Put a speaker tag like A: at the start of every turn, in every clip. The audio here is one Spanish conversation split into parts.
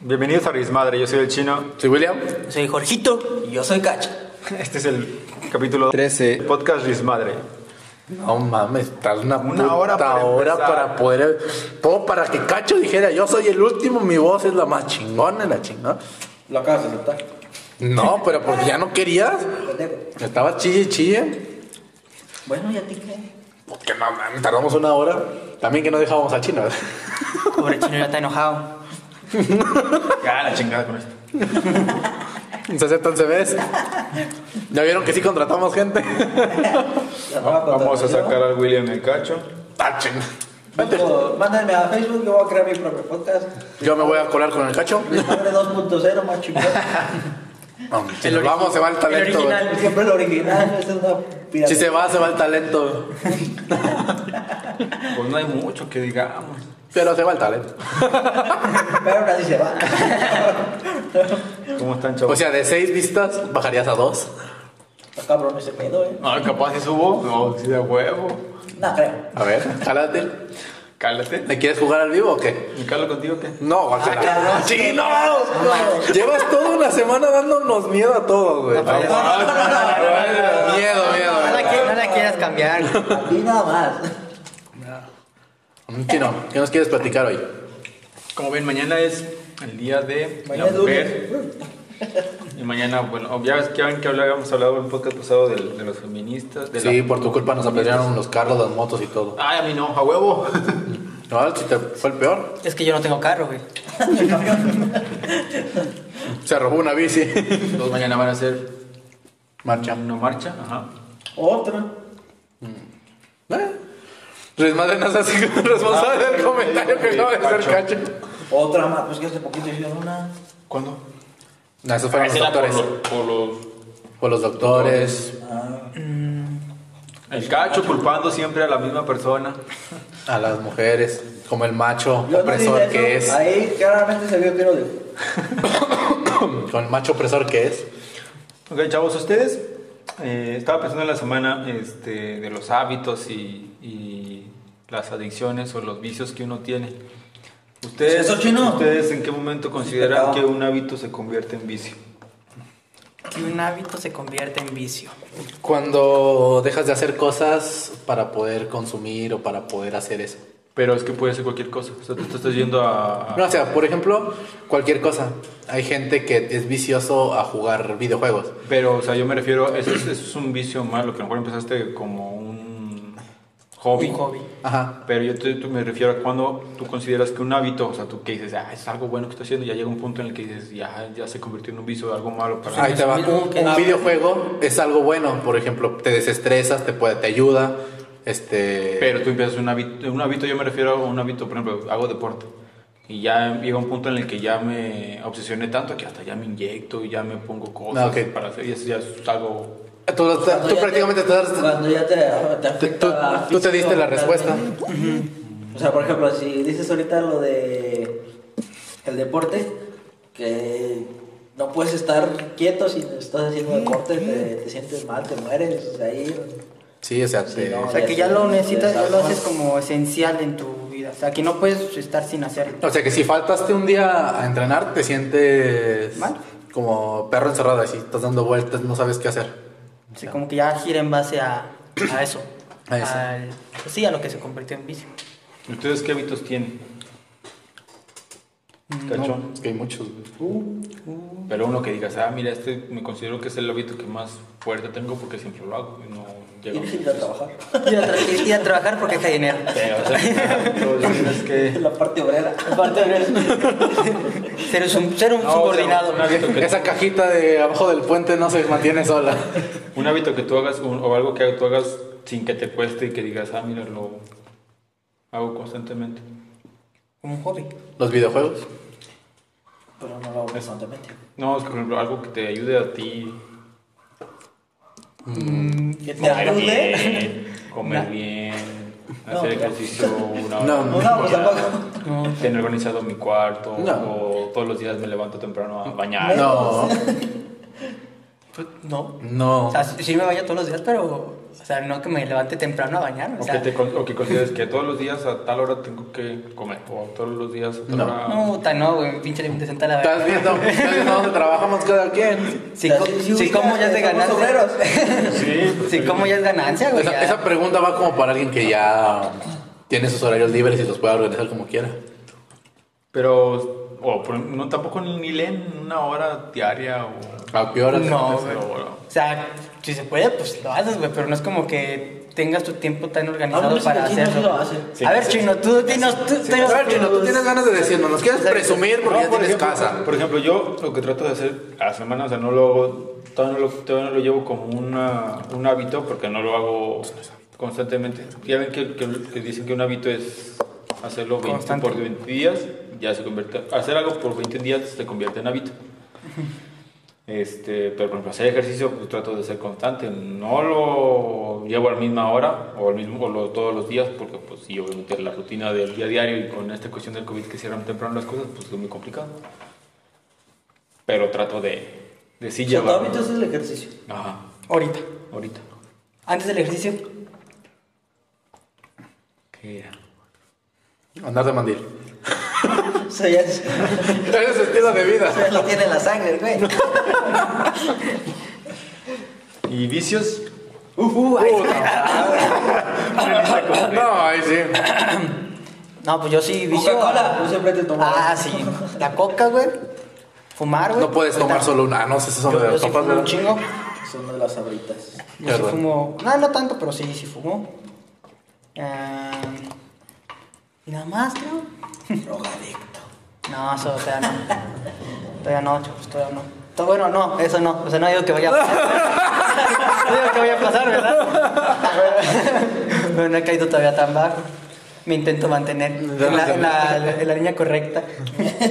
A: Bienvenidos a Rismadre, yo soy el chino.
B: Soy William.
C: Soy Jorgito y yo soy Cacha.
A: Este es el capítulo
B: 13.
A: del podcast Rismadre.
B: No mames, está una,
A: Una
B: puta
A: hora
B: hora
A: para
B: para,
A: empezar.
B: poder. Todo para que Cacho dijera: Yo soy el último, mi voz es la más chingona, la chingona.
D: Lo acabas de notar.
B: No, pero porque ya no querías. Estaba chille, chille.
C: Bueno, ¿y a ti qué?
B: Porque no mames, tardamos una hora. También que no dejábamos a Chino.
C: Pobre chino ya está enojado.
A: Ya, la chingada con esto.
B: 60 se ves. Ya vieron que sí contratamos gente.
A: Vamos a sacar al William el cacho.
B: Ah, ching. Vente.
D: Digo, Mándenme a Facebook, yo voy a crear mi propio podcast.
B: Yo me voy a colar con el Cacho.
D: Padre 2.0, más chingón.
B: Si nos vamos, se va el talento. güey.
D: Siempre el original, esa es una pirata.
B: Si se va, se va el talento.
A: Pues no hay mucho que digamos.
B: Pero se va el talento.
D: Pero aún así se va.
A: ¿Cómo están,
B: O
A: chavos?
B: sea, de seis vistas bajarías a dos.
D: Está cabrón ese pedo, eh.
A: Ay, capaz si subo. No, si de huevo.
D: No creo.
B: A ver, jálate.
A: Cálate.
B: ¿Le quieres jugar al vivo o qué?
A: ¿Y Carlos contigo qué?
B: No, guacala. ¡Sí, no! Llevas toda una semana dándonos miedo a todos, güey. Miedo,
C: No la,
B: miedo.
C: qui- no la quieras cambiar.
D: A ti nada más.
B: Mm, Chino, ¿qué nos quieres platicar hoy?
A: Como ven, mañana es el día de
D: Mañana
A: la
D: es
A: mujer.
D: lunes.
A: Y mañana, bueno, oh, ya ves que habían que habíamos hablado en el podcast pasado del- de los feministas. De
B: Sí,
A: la-
B: por tu culpa nos apedrearon los carros, las motos y todo.
A: Ay, a mí no, a huevo.
B: No, si te fue el peor.
C: Es que yo no tengo carro, güey.
B: Se robó una bici.
A: Entonces mañana van a hacer
B: Marcha.
A: no marcha. Ajá.
D: Otro.
B: ¿Eh? Resmadre no seas
A: Ah.
B: responsable del comentario que acaba de hacer Cacho.
D: Otra más. Pues que hace poquito hicieron una.
A: ¿Cuándo?
B: No, esos fueron los
A: Esa era por
B: doctores.
A: los- por los-
B: Por los doctores,
A: El cacho culpando siempre a la misma persona.
B: a las mujeres, como el macho
D: Yo no
B: opresor
D: dije
B: que
D: eso.
B: es.
D: Ahí claramente se vio que no dijo.
B: Con el macho opresor que es.
A: Ok, chavos, ustedes. eh, estaba pensando en la semana este, de los hábitos y, y las adicciones o los vicios que uno tiene. ¿Ustedes,
D: ¿Es eso, chino?
A: ¿Ustedes en qué momento consideran
D: pecado.
A: que un hábito se convierte en vicio?
C: Que un hábito se convierte en vicio.
B: Cuando dejas de hacer cosas para poder consumir o para poder hacer eso.
A: Pero es que puede ser cualquier cosa. O sea, tú te estás yendo a. a-
B: No, o sea, por ejemplo, cualquier cosa. Hay gente que es vicioso a jugar videojuegos.
A: Pero, o sea, yo me refiero. Eso es, eso es un vicio malo que a lo mejor empezaste como un hobby.
C: Un hobby.
B: Ajá.
A: Pero yo te- tú me refiero a cuando tú consideras que un hábito, o sea, tú que dices, ah, es algo bueno que estoy haciendo, ya llega un punto en el que dices, ya, ya se convirtió en un vicio, algo malo para
B: Ahí
A: mí.
B: te va.
C: Lo mismo
B: Un,
C: que
B: un
C: nada.
B: videojuego es algo bueno, por ejemplo, te desestresas, te puede, te ayuda, este.
A: Pero tú empiezas un hábito, un hábito, yo me refiero a un hábito, por ejemplo, hago deporte. Y ya llega un punto en el que ya me obsesioné tanto que hasta ya me inyecto y ya me pongo cosas
B: Ah, ok.
A: para hacer, y eso ya es algo...
B: tú, tú
D: Cuando ya
B: prácticamente
D: te,
B: te das-
D: Cuando ya te, te afecta
B: tú- tú te diste la
D: físico,
B: respuesta.
D: mentalmente. O sea, por ejemplo, si dices ahorita lo de el deporte, que no puedes estar quieto si estás haciendo deporte, te, te sientes mal, te mueres, o sea, ahí...
B: Sí, o sea,
D: Sí,
B: te-
D: no.
B: o
E: O
B: sea,
E: sea, que ya lo necesitas, ya lo haces como esencial en tu vida. O sea, que no puedes estar sin hacerlo.
B: que si faltaste un día a entrenar, te sientes
E: Mal.
B: como perro encerrado, así, estás dando vueltas, no sabes qué hacer.
E: O sea, como que ya gira en base a, a eso.
B: A eso.
E: Al- pues sí, a lo que se convirtió en vicio.
A: ¿Y ¿Ustedes qué hábitos tienen?
B: Mm,
A: Cachón.
B: Es que hay muchos.
A: Pero uno que digas, ah, mira, este me considero que es el hábito que más fuerte tengo porque siempre lo hago y no llega
D: Ir sin ir a trabajar.
E: Ir a, tra- ir a trabajar porque deja dinero.
A: Pero, o sea, tú tienes que...
D: La parte obrera.
E: Aparte de ser un, ser un
A: No,
E: subordinado.
A: o sea, un, hábito que,
B: Ah, Esa cajita de abajo del puente no se mantiene sola.
A: un hábito que tú hagas un- o algo que tú hagas sin que te cueste y que digas, ah, mira, lo hago constantemente.
E: Como un hobby.
B: Los videojuegos.
D: Pero no lo hago constantemente.
A: No, es que, por ejemplo, algo que te ayude a ti.
D: ¿Que te
A: Comer
D: ayude?
A: bien, comer bien,
D: No,
A: hacer
D: ya.
A: ejercicio una
B: No,
A: hora.
D: No, no, pues tampoco.
A: Tener organizado mi cuarto
B: No.
A: Ah, o todos los días me levanto temprano a bañar.
B: No.
E: Pues, no.
B: No.
E: O sea, sí me baño todos los días, pero. O sea, no que me levante temprano a bañarme. O
A: O
E: sea,
A: que, te con- o que consideres que todos los días a tal hora tengo que comer. O todos los días a tal
B: No.
A: hora.
E: No, puta, no, güey. Pinche límite senta la
B: Estás viendo, estás viendo dónde trabajamos cada quien.
E: Si,
D: O sea,
E: co-
D: sí, sí,
E: si
D: ubica,
E: como ya es de
D: somos
E: ganancia.
D: obreros.
A: Sí, pues,
E: si como ya es ganancia, güey.
B: Esa,
E: ya.
B: esa pregunta va como para alguien que ya tiene sus horarios libres y los puede organizar como quiera.
A: Pero o por- no tampoco ni leen una hora diaria o
B: ¿A qué hora?
E: No,
A: Pero,
E: güey.
A: bueno.
E: O sea, si se puede, pues lo haces, güey. Pero no es como que tengas tu tiempo tan
D: Ah,
E: organizado
D: bueno,
E: para
D: sí, sí,
E: hacerlo.
D: sí lo hacen.
A: Sí,
E: a ver,
A: sí.
E: chino, tú dinos. Tú,
B: A ver, Chino, tú tienes ganas de decirnos, nos quieres presumir porque
A: No,
B: ya
A: por
B: tienes
A: ejemplo,
B: casa.
A: Por ejemplo, yo lo que trato de hacer a la semana, o sea, no lo hago, todavía no lo, todavía no lo llevo como una, un hábito porque no lo hago constantemente. Ya ven que, que- que dicen que un hábito es hacerlo 20
E: Constante.
A: por 20 días, ya se convierte, hacer algo por 20 días se convierte en hábito. Este, pero por ejemplo, hacer ejercicio pues, trato de ser constante, no lo llevo a la misma hora o al mismo o lo- todos los días porque pues sí, obviamente la rutina del día a diario y con esta cuestión del COVID que cierran temprano las cosas, pues es muy complicado. Pero trato de de sí
D: O sea, tu
A: llevar.
D: hábito es el ejercicio.
A: Ajá,
E: Ahorita.
A: ahorita.
E: Antes del ejercicio.
A: ¿Qué era?
B: Andar de mandil.
D: O sea, ya es-
B: Ese es estilo de vida.
D: ya lo tiene en la sangre, güey.
A: ¿Y vicios?
E: Uh, ay,
B: No, ahí sí.
E: No, pues yo sí vicio.
D: Coca-Cola, tú siempre te tomas.
E: Ah, sí. La coca, güey. Fumar, güey.
B: No puedes tomar
E: Ahorita-
B: solo una. Ah, no sé si son
E: Yo,
B: de
E: yo
B: las
E: sí
B: sopas,
E: fumo un
B: ¿verdad?
E: chingo.
D: Son de las sabritas.
E: Yo sí
B: Perdón.
E: fumo. No, no tanto, pero sí, sí fumo. Ah, y nada más, creo.
D: Drogadicto.
E: No, eso todavía no. Todavía no, chavos, todavía no. To- Bueno, no, eso no. O sea, no digo que vaya a pasar. No digo que vaya a pasar, ¿verdad? Pero no he caído todavía tan bajo. Me intento mantener en la, en la- en la línea correcta.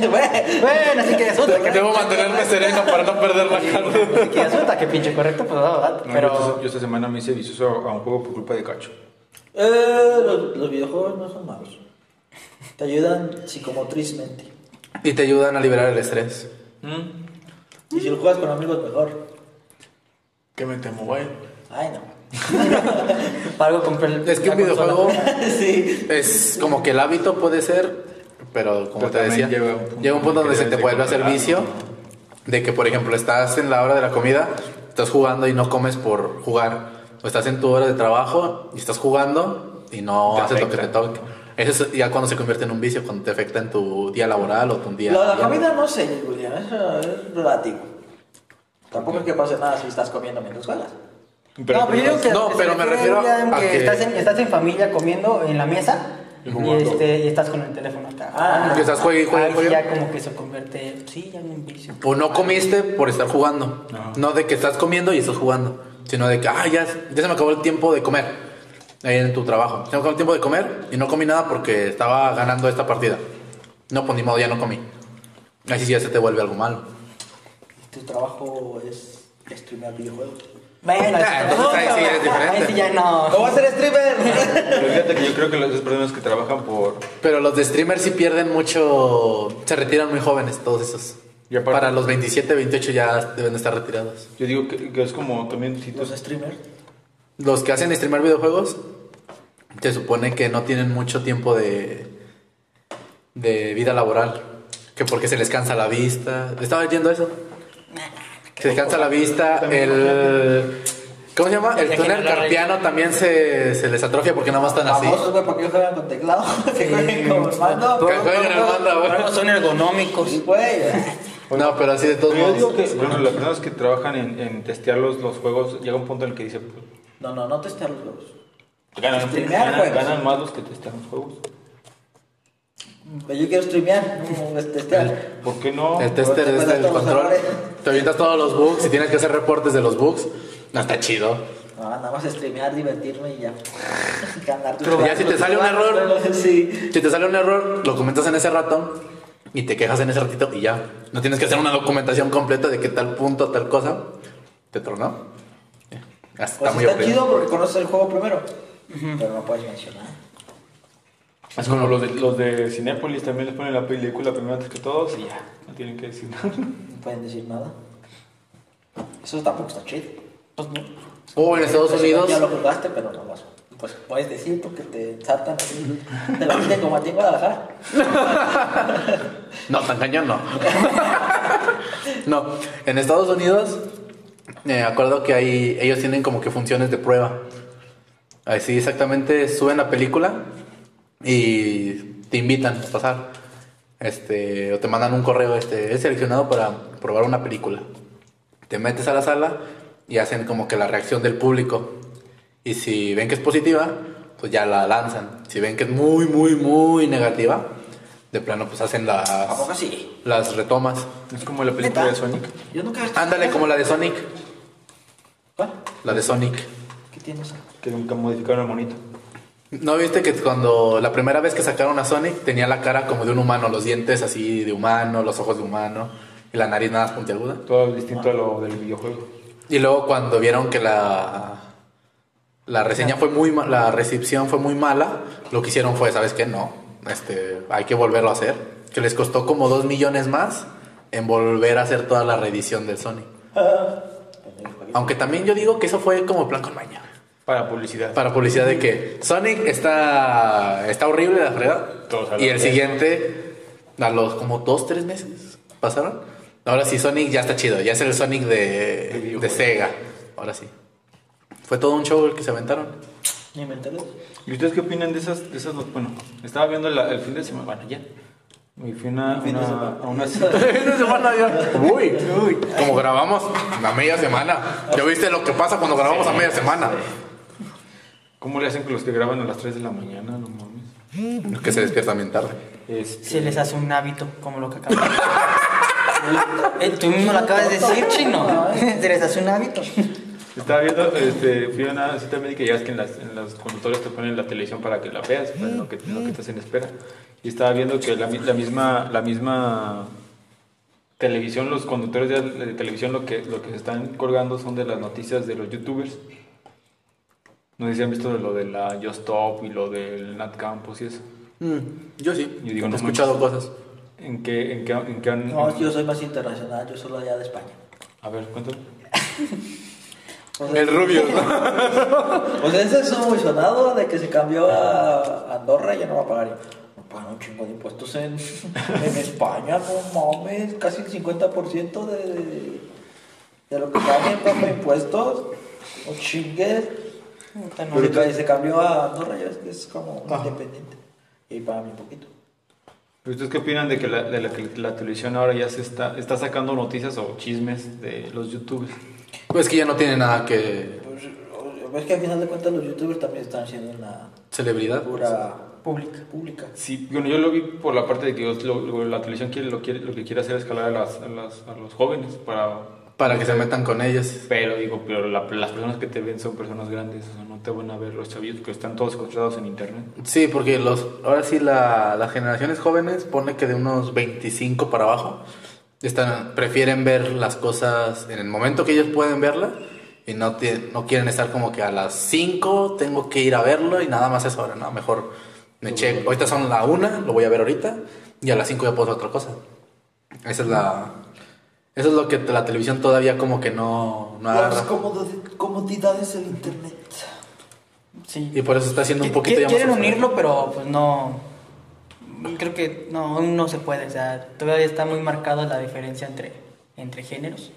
E: Bueno, así que resulta que...
B: Debo mantenerme sereno para no perder la calma.
E: Así que resulta que pinche correcto, pues no,
A: No,
E: ¿verdad?
A: yo,
E: Pero...
A: esta, yo esta semana me hice vicioso a un juego por culpa de Cacho.
D: Eh, los, los videojuegos no son malos. Te ayudan psicomotrizmente.
B: Y te ayudan a liberar el estrés.
A: Mm.
D: Y si lo juegas con amigos, mejor.
B: ¿Qué me temo, güey?
D: Ay, no.
E: Para algo compré el-
B: pues, Es que
E: la
B: un videojuego
D: sí.
B: es como que el hábito puede ser, pero como
A: Pero
B: te
A: también
B: decía,
A: llega un punto
B: llega un punto
A: en
B: donde
A: que
B: se
A: debes
B: te
A: de
B: vuelve a hacer
A: controlar,
B: vicio. De que, por ejemplo, estás en la hora de la comida, estás jugando y no comes por jugar. O estás en tu hora de trabajo y estás jugando y no
A: Te
B: haces lo que te
A: afecta.
B: toca. Eso es ya cuando se convierte en un vicio, cuando te afecta en tu día laboral o tu día.
D: Lo de la
B: día-
D: comida no sé, Julián. Eso es relativo. Tampoco es que pase nada si estás comiendo mientras juegas.
E: no, pero yo digo que
B: No,
E: se
B: pero me
E: refiere
B: refiero
E: ya en
B: a
E: que
B: que-
E: estás, en, estás en familia comiendo en la mesa
A: Y
E: y,
A: jugando.
E: este, y estás con el teléfono acá.
D: Ah,
B: que estás juegue y juegue y
E: Ahí
B: juegue.
E: ya como que se convierte, sí, ya en un vicio.
B: O no comiste por estar jugando.
A: Ajá.
B: No de que estás comiendo y estás jugando. Sino de que, ah, ya, ya se me acabó el tiempo de comer. ahí en tu trabajo. Se me acabó el tiempo de comer y no comí nada porque estaba ganando esta partida. No, pues ni modo, ya no comí. Así sí ya se te vuelve algo malo.
D: Tu trabajo es streamear videojuegos.
E: Bueno,
B: Ah, entonces ahí sí es diferente.
E: Ahí sí ya no.
D: ¡No voy a ser streamer!
A: Pero fíjate que yo creo que las personas que trabajan por
B: Pero los de streamers sí pierden mucho. Se retiran muy jóvenes, todos esos.
A: Y aparte-
B: Para los 27, 28 ya deben de estar retirados.
A: Yo digo que, que es como también si tú
D: Los streamers.
B: Los que hacen streamer videojuegos, se supone que no tienen mucho tiempo de, de vida laboral. Que porque se les cansa la vista. Estaba leyendo eso. Se les cansa la vista. El. ¿Cómo se llama? El
E: Ya que
B: túnel
E: no lo
B: carpiano también se, se les atrofia porque nada más están así.
D: Famosos, güey, porque juegan con teclado. Que juegan con mando.
B: Que jueguen en banda, güey.
E: Por algo son ergonómicos.
D: Sí, güey.
B: No, pero así de todos
A: Pero yo digo
B: modos.
A: que, bueno, las personas que trabajan en, en testear los, los juegos, llega un punto en el que dice, pues,
D: No, no, no testear los juegos.
A: ganan,
D: Streamear
A: ganan-
D: juegos.
A: ganan más los que testean los juegos.
D: Yo quiero streamear, no este, es testear.
A: ¿Por qué no?
B: El tester
D: Te
B: es
D: acuerdas
B: el
D: todos los
B: control.
D: errores.
B: Te avientas todos los bugs y tienes que hacer reportes de los bugs. No está chido.
D: No, ah, nada más streamear, divertirme y ya. Que andar
B: Ya si te sale un error,
D: Sí.
B: Si te sale un error, lo comentas en ese rato y te quejas en ese ratito y ya. No tienes que hacer una documentación completa de que tal punto, tal cosa. ¿Te tronó? Eh, Está
D: Pues
B: muy
D: está
B: aburrido.
D: chido porque conoces el juego primero. Pero no puedes mencionar.
A: Es como los de, los de Cinépolis también les ponen la película primero antes que todos y ya, no tienen que decir nada.
D: No pueden decir nada. Eso tampoco está chido. Pues no.
B: O en Estados
D: Pues,
B: Unidos.
D: Ya lo jugaste, pero no vas. Pues puedes decir porque te saltan. así. Te la meten como a ti en Guadalajara.
B: No, tan cañón no. no, en Estados Unidos me acuerdo que hay, ellos tienen como que funciones de prueba. Así exactamente suben la película y te invitan a pasar. Este, o te mandan un correo, este, es seleccionado para probar una película. Te metes a la sala y hacen como que la reacción del público. Y si ven que es positiva, pues ya la lanzan. Si ven que es muy, muy, muy negativa, de plano pues hacen las
D: ¿A poco sí?
B: las retomas.
A: Es como la película de Sonic.
D: Yo nunca he visto.
B: Ándale, como la de Sonic.
D: ¿Cuál?
B: La de Sonic.
D: ¿Qué tienes?
A: Que nunca modificaron el monito.
B: ¿No viste que cuando la primera vez que sacaron a Sonic tenía la cara como de un humano, los dientes así de humano, los ojos de humano y la nariz nada más puntiaguda?
A: Todo distinto a lo del videojuego.
B: Y luego cuando vieron que la la reseña fue muy ma- la recepción fue muy mala, lo que hicieron fue, ¿sabes qué? No, este, hay que volverlo a hacer, que les costó como dos millones más en volver a hacer toda la reedición del Sonic. Aunque también yo digo que eso fue como plan con maña.
A: Para publicidad.
B: Para publicidad de que Sonic está, está horrible la fregada.
A: Todos a la
B: Y el
A: mierda.
B: siguiente, a los como dos, tres meses pasaron. Ahora sí, Sonic ya está chido. Ya es el Sonic
A: De
B: de, de
A: videojuego.
B: Sega. Ahora sí. Fue todo un show el que se aventaron.
D: Ni me enteré.
A: ¿Y ustedes qué opinan de esas, de esas dos? Bueno, estaba viendo la- el fin de semana, bueno, ya. Y fui una,
D: fin de
A: una-
D: semana.
A: a una cita.
B: Una semana ya. Uy, Como grabamos a media semana. ¿Ya viste lo que pasa cuando grabamos a media semana?
A: ¿Cómo le hacen con los que graban a las 3 de la mañana? No mames.
B: Que se despiertan bien tarde.
A: Este,
E: Se les hace un hábito, como lo que acabas de decir. Eh, Tú mismo lo acabas de decir,
B: Ah.
E: chino. Se les hace un hábito.
A: Estaba viendo, este, fui a una cita médica y ya es que en las, en los conductores te ponen la televisión para que la veas, para lo que, lo que estás en espera. Y estaba viendo que la, mi- la misma, la misma televisión, los conductores de, de televisión lo que, lo que se están colgando son de las noticias de los youtubers. No sé si han visto lo de la Just Stop y lo del Nat Campos y eso.
B: Mm, yo sí.
A: Yo digo,
B: he
A: no
B: escuchado cosas.
A: ¿En qué, en qué, en qué han...?
D: No, yo soy más internacional, yo solo allá de España.
A: A ver, cuéntame.
D: O sea,
B: El rubio. ¿no?
D: Pues ese es muy sonado de que se cambió a Andorra y ya no va a pagar. No pagan un chingo de impuestos en, en España, no mames, casi el 50% de, de, de lo que pagan como impuestos. No chingues.
E: Puta, no.
D: Y se, y se cambió a Andorra, ya ves que es como independiente. Y pagan bien poquito.
A: ¿Ustedes qué opinan de que la, de la, que la televisión ahora ya se está, está sacando noticias o chismes de los youtubers?
B: Pues que ya no tiene nada que.
D: Pues, o- es que al final de cuentas los youtubers también están siendo una
B: Celebridad.
D: figura
E: Pública.
D: pública.
A: Sí, bueno, yo lo vi por la parte de que los- lo- lo- la televisión quiere, lo, quiere, lo que quiere hacer es escalar a, las- a las- a los jóvenes para...
B: Para que se metan con ellos.
A: Pero digo, pero la- las personas que te ven son personas grandes, o sea, no te van a ver los chavillos que están todos controlados en internet.
B: Sí, porque los ahora sí la, las generaciones jóvenes, pone que de unos 25 para abajo, están, prefieren ver las cosas en el momento que ellos pueden verla y no, tie- no quieren estar como que a las 5 tengo que ir a verlo y nada más es ahora, no, mejor me checo. Ahorita son la 1, lo voy a ver ahorita y a las 5 ya puedo hacer otra cosa. Esa es la... Eso es lo que la televisión todavía como que no, no agarra.
D: Las comodidades- comodidades del internet.
E: Sí.
B: Y por eso está siendo un
E: Qui-
B: poquito ya más
E: Quieren
B: oscuro.
E: unirlo, pero pues no. Creo que no, aún no se puede. O sea, todavía está muy marcada la diferencia entre, entre géneros.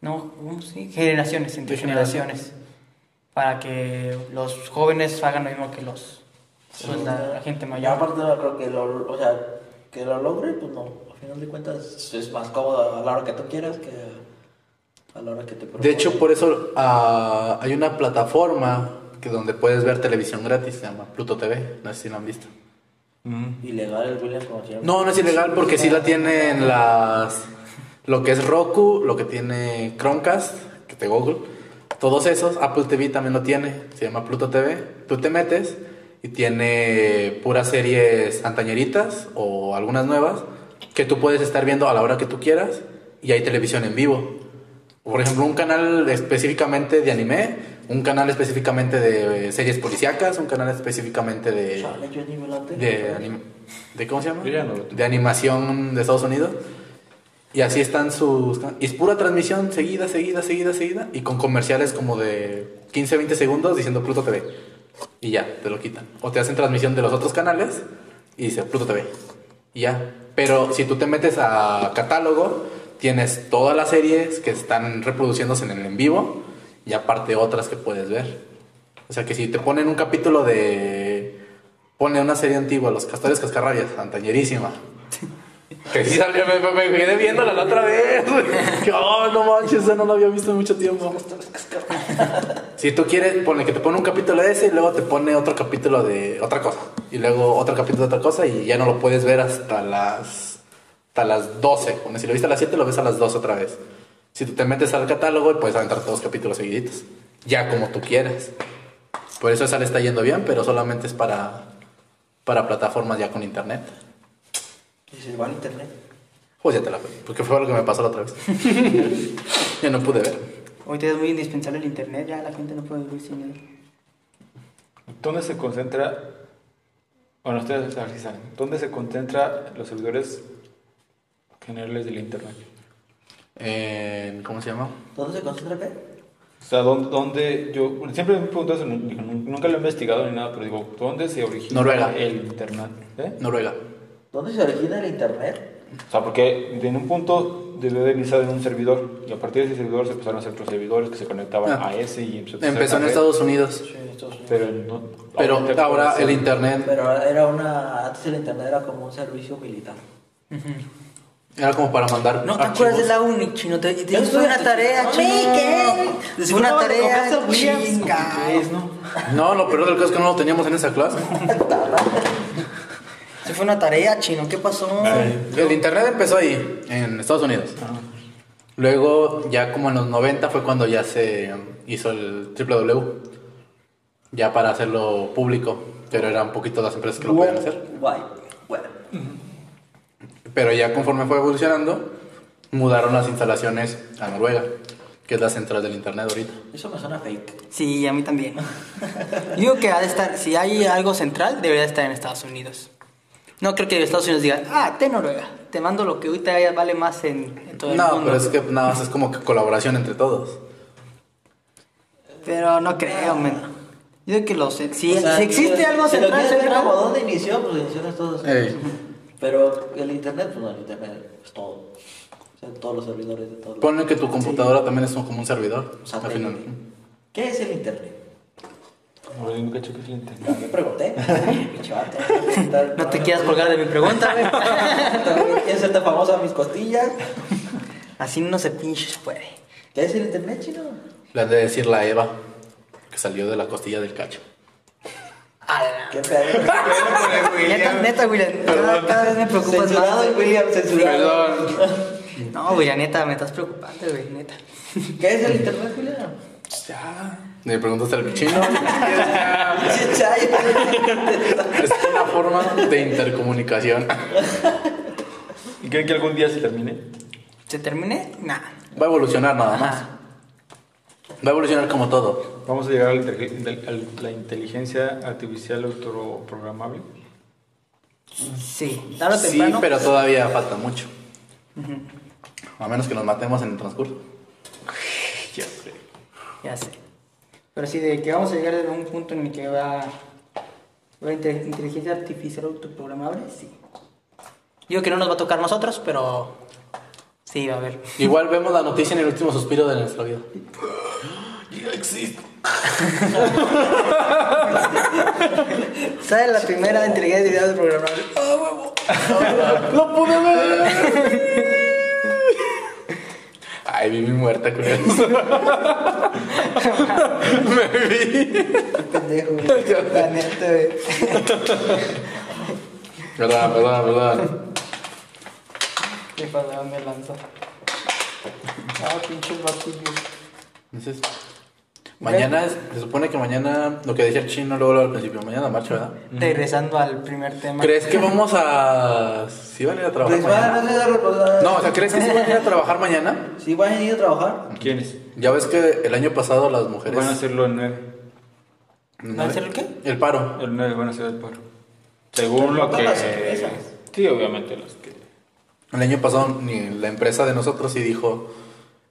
E: No, ¿cómo sí? Generaciones, entre
B: De
E: generaciones. Para que los jóvenes hagan lo mismo que los. pues, la, la gente
D: Yo
E: mayor.
D: aparte no creo que lo, o sea, que lo logre, pues no. Al final de cuentas es más cómodo a la hora que tú quieras que a la hora que te propongas.
B: De hecho, por eso ah, hay una plataforma que donde puedes ver televisión gratis, se llama Pluto TV, no sé si la han visto.
D: Ilegal el William como siempre.
B: No, no es ilegal porque sí la tienen las lo que es Roku, lo que tiene Chromecast, que te Google, todos esos, Apple TV también lo tiene, se llama Pluto TV. Tú te metes y tiene puras series antañeritas o algunas nuevas que tú puedes estar viendo a la hora que tú quieras y hay televisión en vivo. Por ejemplo, un canal específicamente de anime, un canal específicamente de eh, series policíacas, un canal específicamente de
D: Chale, yo ni me la tengo.
B: de, anim- de cómo se llama
A: Yo ya no lo tengo.
B: de animación de Estados Unidos Y así están sus... can- Y es pura transmisión seguida, seguida, seguida, seguida. Y con comerciales como de 15, 20 segundos diciendo Pluto TV. Y ya, te lo quitan. O te hacen transmisión de los otros canales y dice Pluto TV. Y ya. Pero si tú te metes a catálogo, tienes todas las series que están reproduciéndose en el en vivo y aparte otras que puedes ver. O sea que si te ponen un capítulo de... Pone una serie antigua, Los Castores Cascarrabias, antañerísima. Que sí salió, me, me, me quedé viéndola la otra vez. güey. Que, Oh, no manches, esa no la había visto en mucho tiempo. Si tú quieres, pone que te pone un capítulo de ese y luego te pone otro capítulo de otra cosa. Y luego otro capítulo de otra cosa y ya no lo puedes ver hasta las, hasta las 12. Pone, si lo viste a las 7, lo ves a las 12 otra vez. Si tú te metes al catálogo y puedes aventar todos los capítulos seguiditos. Ya como tú quieras. Por eso esa le está yendo bien, pero solamente es para, para plataformas ya con internet.
D: Y se va al internet.
B: Jóyatela, güey, porque fue lo que me pasó la otra vez. ya no pude ver.
E: Ahorita es muy indispensable el internet, ya la gente no puede vivir sin él.
A: ¿Dónde se concentra? Bueno, ustedes a ver si saben. ¿Dónde se concentra los servidores generales del internet?
B: En- ¿Cómo se llama?
D: ¿Dónde se concentra qué?
A: O sea, ¿dónde, dónde yo siempre me pregunto eso, nu- digo, nu- nunca lo he investigado ni nada, pero digo, ¿dónde se origina
B: Noruega.
A: el internet? ¿Eh?
B: Noruega.
D: ¿Dónde se origina el internet?
A: O sea, porque en un punto debió de iniciar en un servidor y a partir de ese servidor se empezaron a hacer otros servidores que se conectaban
B: Ah.
A: a ese y empezó a hacer
B: Empezó en
A: la Pues red,
B: Estados Unidos.
D: Sí, Estados Unidos.
A: Pero, no,
B: Pero
A: ahorita
B: ahora
A: puede
B: el
A: ser-
B: internet
D: Pero ahora era una. Antes el internet era como un servicio militar.
B: era como para mandar.
E: No te acuerdas de la uni, chino. Te, te
D: Yo
E: hice una
D: estoy- Ay,
E: tarea, chino.
D: ¿qué?
E: Fue una
D: No,
E: tarea.
D: con esa
E: chinga.
B: archivos. No, lo peor del caso es que no lo teníamos en esa clase.
E: Se fue una tarea, chino. ¿Qué pasó?
B: El internet empezó ahí, en Estados Unidos.
E: Ah.
B: Luego, ya como en los 90 fue cuando ya se hizo el ww Ya para hacerlo público. Pero eran poquitas las empresas que lo podían hacer.
D: Guay. Bueno.
B: Pero ya conforme fue evolucionando, mudaron las instalaciones a Noruega, que es la central del internet ahorita.
D: Eso me suena fake.
E: Sí, a mí también. Yo Digo que ha de estar, si hay algo central, debería estar en Estados Unidos. No creo que Estados Unidos diga, ah, te Noruega, te mando lo que ahorita ya vale más en, en todo el
B: No,
E: mundo.
B: pero es que nada más es como que colaboración entre todos.
E: Pero no creo, men. Yo digo que los, si,
D: O sea,
E: si existe
D: si-
E: algo
D: si lo
E: central,
D: quieres ver
E: central,
D: como dónde inició, pues inició en Estados Unidos.
B: Ey.
D: Pero el internet, pues no, el internet es todo. O sea, todos los servidores de todos los-
B: Ponle que tu computadora también es un- como un servidor. al
D: Satélite.
B: final.
D: ¿Qué es el internet?
A: Ahora yo nunca chequé el internet.
D: ¿Qué pregunté? Pinche vato.
E: no te quieras colgar de mi pregunta, güey.
D: También ¿Quieres hacerte famoso a mis costillas?
E: Así no se pinches puede.
D: ¿Qué es el internet, chino?
B: Le has de decir la Eva, que salió de la costilla del cacho.
E: A la-
D: ¿Qué pedo?
E: Neta, neta, William, cada, cada vez me preocupas
D: Censurado,
E: más. güey.
D: William, censurado.
B: Perdón.
E: No, William, neta, me estás preocupando, güey, neta.
D: ¿Qué es el internet, William?
E: Ah.
B: Ya. Me preguntaste al chino.
D: Sí, chay.
B: Es una forma de intercomunicación.
A: ¿Y creen que algún día se termine?
E: ¿Se termine? Nah.
B: Va a evolucionar nada más.
E: Ajá.
B: Va a evolucionar como todo.
A: ¿Vamos a llegar a la, inteligen- del- al- la inteligencia artificial autoprogramable?
E: Sí, tarde o
B: Sí,
E: temprano.
B: pero todavía falta mucho. A menos que nos matemos en el transcurso.
A: Ya sé.
E: Ya sé. Pero sí, de que vamos a llegar a un punto en el que va. va inte- inteligencia artificial autoprogramable, sí. Digo que no nos va a tocar a nosotros, pero. Sí, va a haber.
B: Igual vemos la noticia en el último suspiro de nuestra vida. Ya existe.
E: ¿Sabes la primera inteligencia artificial autoprogramable?
B: ¡Lo pude ver! Ay, vi mi muerta con eso. Me vi.
E: Pendejo, güey. La neta, güey.
B: Perdón, perdón, perdón.
E: Qué padrón me lanzó. Ah, pinches batillos.
B: Entonces, mañana, es- se supone que mañana, lo que decía el chino luego luego al principio, mañana marcha, ¿verdad?
E: Regresando al primer tema.
B: ¿Crees que vamos a... si van a ir a trabajar
D: Pues
B: mañana?
D: van a hacer la
B: No, o sea, ¿crees que sí van a ir a trabajar mañana?
D: Si van a ir a trabajar,
A: ¿Quiénes?
B: Ya ves que el año pasado las mujeres...
A: Van a hacerlo el 9.
E: ¿Van a hacer el qué?
B: El paro.
A: El 9 van a hacer el paro. Según lo
D: Todas
A: que...
D: las empresas.
A: Sí, obviamente los que...
B: El año pasado ni la empresa de nosotros sí dijo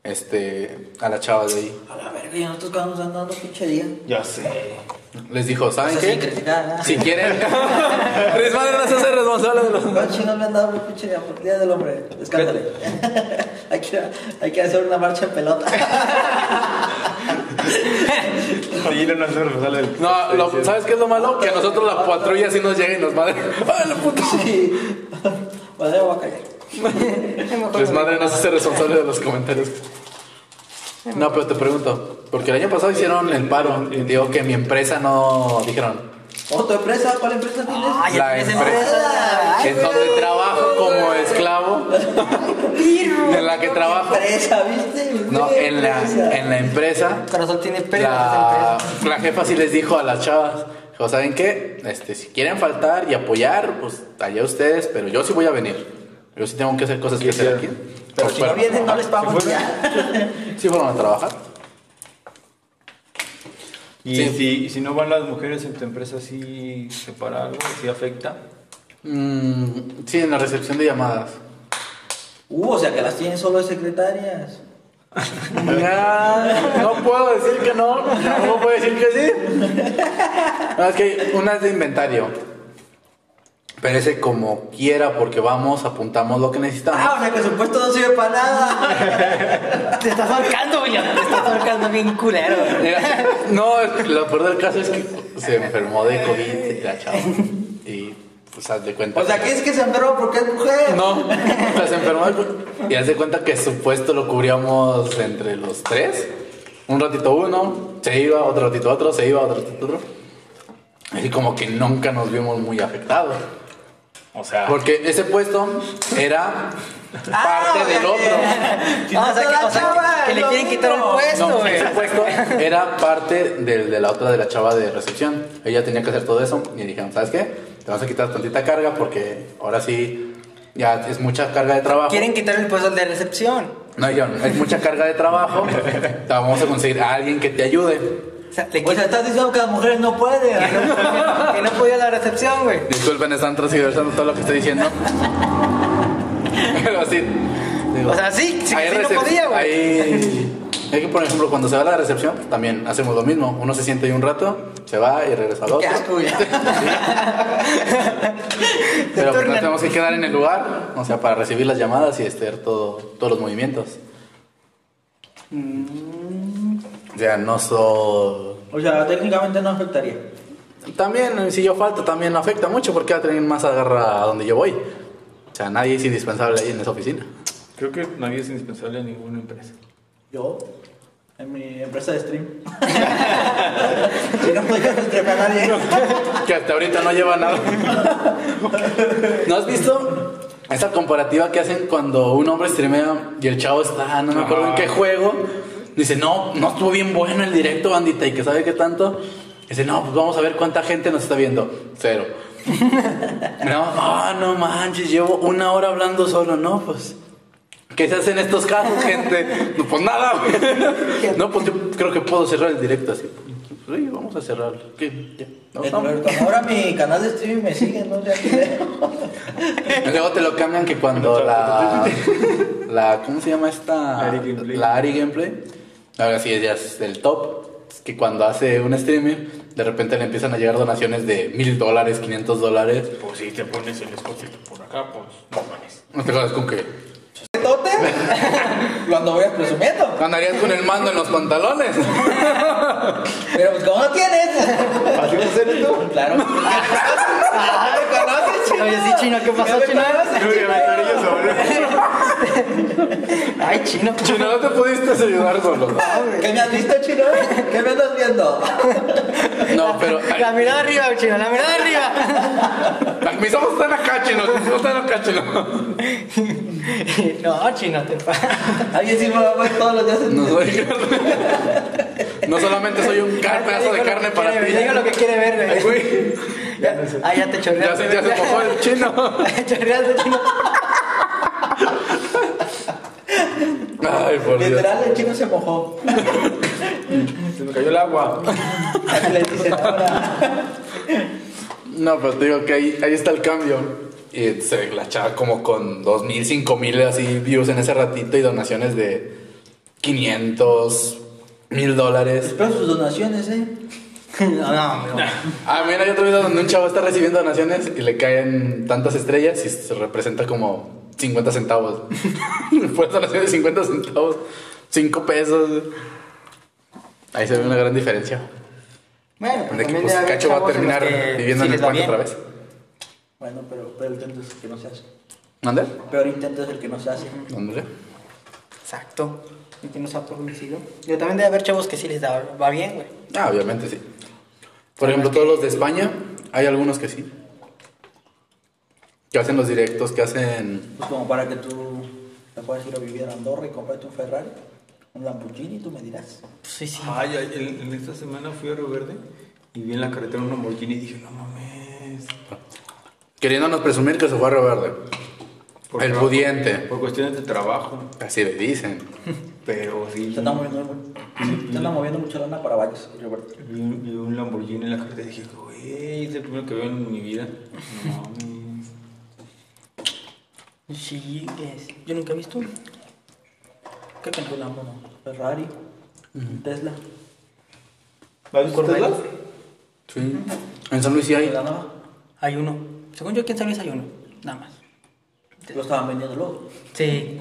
B: este, a la chava de ahí.
D: A la verga, y nosotros cuando nos andando pinche día.
A: Ya sé.
B: Les dijo, ¿saben
D: Eso sin
B: qué?
D: criticar, nada.
B: Si quieren... Rismar no se hace responsable de los...
D: ¿Cuántos chinos me han dado mi pinche día por- día del hombre? Descánsale. hay, que, hay que hacer una marcha en pelota.
A: Sí, no, no es responsable del-
B: No, lo-
A: Sí, sí.
B: ¿sabes qué es lo malo? Que a nosotros la patrulla sí nos llega y nos madre. ¡Ay, la Ah, puta!
D: sí. Bueno, ya voy a callar.
B: Pues madre no se hace responsable de los comentarios. No, pero te pregunto, porque el año pasado hicieron el paro y digo que mi empresa no dijeron.
D: ¿O tu empresa? ¿Cuál empresa tienes?
E: Ay,
B: La
E: tienes
B: empresa. En donde trabajo como esclavo, en la que trabajo,
D: Empresa, ¿viste?
B: no,
D: Güey,
B: en la,
D: empresa.
B: en la empresa,
E: Corazón tiene pelo.
B: la, la jefa sí les dijo a las chavas, dijo, ¿saben qué? Este, si quieren faltar y apoyar, pues allá ustedes, pero yo sí voy a venir. Yo sí tengo que hacer cosas que hacer aquí.
D: Pero
B: Pues
D: si no
B: fueron a
D: vienen, no les
B: trabajar.
D: pagamos
A: fueron.
D: ya.
B: Sí fueron a trabajar.
A: Y
B: Sí.
A: si, y si no van las mujeres en tu empresa, ¿sí se para algo? ¿Sí afecta?
B: Mm, sí, en la recepción de llamadas.
D: Uh, o sea que las tienen solo de secretarias.
B: Ah, no puedo decir que no, no puedo decir que sí. No, es que una es de inventario. Pero ese como quiera, porque vamos, apuntamos lo que necesitamos.
D: Ah, o sea que su puesto no sirve para nada.
E: Te estás ahorcando, William. Te estás ahorcando bien culero.
B: Mira, no, es que lo peor del caso es que se enfermó de COVID y la chava. Y pues haz de cuenta.
D: O sea que es que se enferma porque es mujer.
B: No, las enfermas. Y haz de cuenta que su puesto lo cubríamos entre los tres. Un ratito uno, se iba, otro ratito otro, se iba, otro ratito otro. Y como que nunca nos vimos muy afectados.
A: O sea,
B: Porque ese puesto era parte
D: o sea
B: del otro.
D: Si
E: Ah,
D: no
E: o sea,
D: te
E: que,
D: da
E: o sea,
D: chava,
E: que le
D: lo
E: quieren quitar el
D: mismo.
E: puesto,
B: No,
E: güey.
B: ese puesto era parte del de la otra de la chava de recepción. Ella tenía que hacer todo eso y dijeron, ¿sabes qué? Te vas a quitar tantita carga porque ahora sí ya es mucha carga de trabajo.
E: Quieren quitar el puesto al de recepción.
B: No, yo no. Es mucha carga de trabajo. Te Vamos a conseguir a alguien que te ayude.
E: O sea, le
D: O sea,
E: quitan-
D: estás diciendo que las mujeres no pueden.
E: que no podía la recepción, güey.
B: Disculpen, están transversando todo lo que estoy diciendo. Pero sí. digo,
E: O sea, sí, sí,
B: hay
E: sí no
B: recep-
E: podía, güey.
B: hay- hay que, por ejemplo, cuando se va a la recepción, pues también hacemos lo mismo. Uno se siente ahí un rato, se va y regresa al
D: Qué
B: otro.
D: asco, güey.
B: Pero pues, nos
E: turnan.
B: tenemos que quedar en el lugar, o sea, para recibir las llamadas y hacer todo, todos los movimientos. O sea, no soy...
D: O sea, técnicamente no afectaría.
B: También, si yo falto, también no afecta mucho porque va a tener más agarra a donde yo voy. O sea, nadie es indispensable ahí en esa oficina.
A: creo que nadie es indispensable en ninguna empresa.
D: Yo, en mi empresa de stream. si no podía streamar a nadie.
B: Que hasta ahorita no lleva nada. ¿No has visto esa comparativa que hacen cuando un hombre streamea y el chavo está, ah, no me acuerdo en qué juego? Dice, no, no estuvo bien bueno el directo, bandita, y que sabe qué tanto. Dice, no, pues vamos a ver cuánta gente nos está viendo. Cero. No, ah, no manches, llevo una hora hablando solo, no, pues. ¿Qué se hace en estos casos, gente? No, pues nada, güey. No, pues yo creo que puedo cerrar el directo así. Sí, vamos a cerrar. ¿Qué? Ya, nos
D: En-
B: vamos.
D: como Ahora mi canal de streaming me sigue, no Ya que veo.
B: Y Luego te lo cambian que cuando la, la. ¿Cómo se llama esta?
A: Ari Gameplay.
B: La Ari Gameplay. Ahora sí, ella es el top. Es que cuando hace un streaming, de repente le empiezan a llegar donaciones de mil dólares, 500 dólares.
A: Pues si te pones el escote por acá, pues no manes.
B: No te jodas con que.
D: ¿Tote? Lo ando voy presumiendo.
B: Andarías con el mando en los pantalones.
D: Pero pues, ¿cómo lo tienes?
A: ¿Así vas a hacer esto?
D: Claro. Ah, ¿Me conoces, chino?
E: Oye, sí, chino, ¿qué pasó,
D: ¿Me
E: chino?
D: conoces,
A: Creo que me atoré yo solo.
E: Ay, chino.
B: Si no te pudiste ayudar solo.
D: ¿Qué me has visto, chino? ¿Qué me andas viendo?
B: No, pero.
E: La mirada arriba, chino, la mirada arriba.
B: Mis ojos están acá, chino. Mis ojos están acá, chino.
E: No, chino, te pasa.
D: Alguien sí me va a ver todos los días en
B: No soy No solamente soy un car- pedazo de carne para ti.
E: Diga lo que quiere ver,
B: Ay,
E: güey.
B: güey.
E: Ah, ya te
B: Ya
E: chorreaste.
B: se, ya se mojó el chino.
E: Te chorreaste, chino.
B: Ay, por Dios.
D: Literal, el chino se mojó.
A: Se me cayó el agua.
D: Así le dicen ahora.
B: No, pero te digo que ahí, ahí está el cambio. Y Y se la echaba como con 2.000, 5.000 así views en ese ratito y donaciones de 500, 1.000 dólares.
D: Espero sus donaciones, ¿eh?
E: No, no, no.
B: Ah, mira, hay otro video donde un chavo está recibiendo donaciones y le caen tantas estrellas y se representa como 50 centavos. Fue donación de 50 centavos, 5 pesos. Ahí se ve una gran diferencia.
E: Bueno,
B: De
E: pero
B: que
E: también este,
B: pues,
E: debe haber
B: Cacho va a
E: chavos en los
B: terminar
E: que
B: viviendo
E: sí
B: en el
E: les va
B: cuarto
E: bien.
B: otra vez.
D: Bueno, pero, pero el intento es el que no se hace.
B: ¿Mande?
D: Peor intento es el que no se hace.
B: ¿Dónde?
E: Exacto. Y que no se ha producido. Yo también debe haber chavos que sí les da, va bien, güey.
B: Ah, obviamente sí. Por ejemplo, todos los de España, hay algunos que sí. Que hacen los directos, que hacen.
D: Pues como para que tú te puedas ir a vivir a Andorra y comprarte un Ferrari, un Lamborghini, tú me dirás.
E: Pues sí, sí.
A: Ay, ay, en, en esta semana fui a Río Verde y vi en la carretera un Lamborghini y dije, no mames.
B: Queriéndonos presumir que se fue a Río Verde.
A: Por
B: El
A: trabajo-
B: pudiente.
A: Por cuestiones de trabajo.
B: Así le dicen.
A: Pero sí.
D: Se está moviendo, mu- se está moviendo mucha lana para valles, Roberto.
A: Vi un, vi un Lamborghini en la carretera y dije, güey, es el primero que veo en mi vida. No mames.
E: Sí, es. Yo nunca he visto uno.
D: ¿Qué compró un Lambo, no? Ferrari, un Tesla,
A: ¿Has visto
E: Corvette.
A: Tesla?
B: Sí. En San Luis sí hay.
D: la nueva.
E: Hay uno. Según yo, quién sabe si hay uno. Nada más.
D: Lo estaban vendiendo luego.
E: Sí.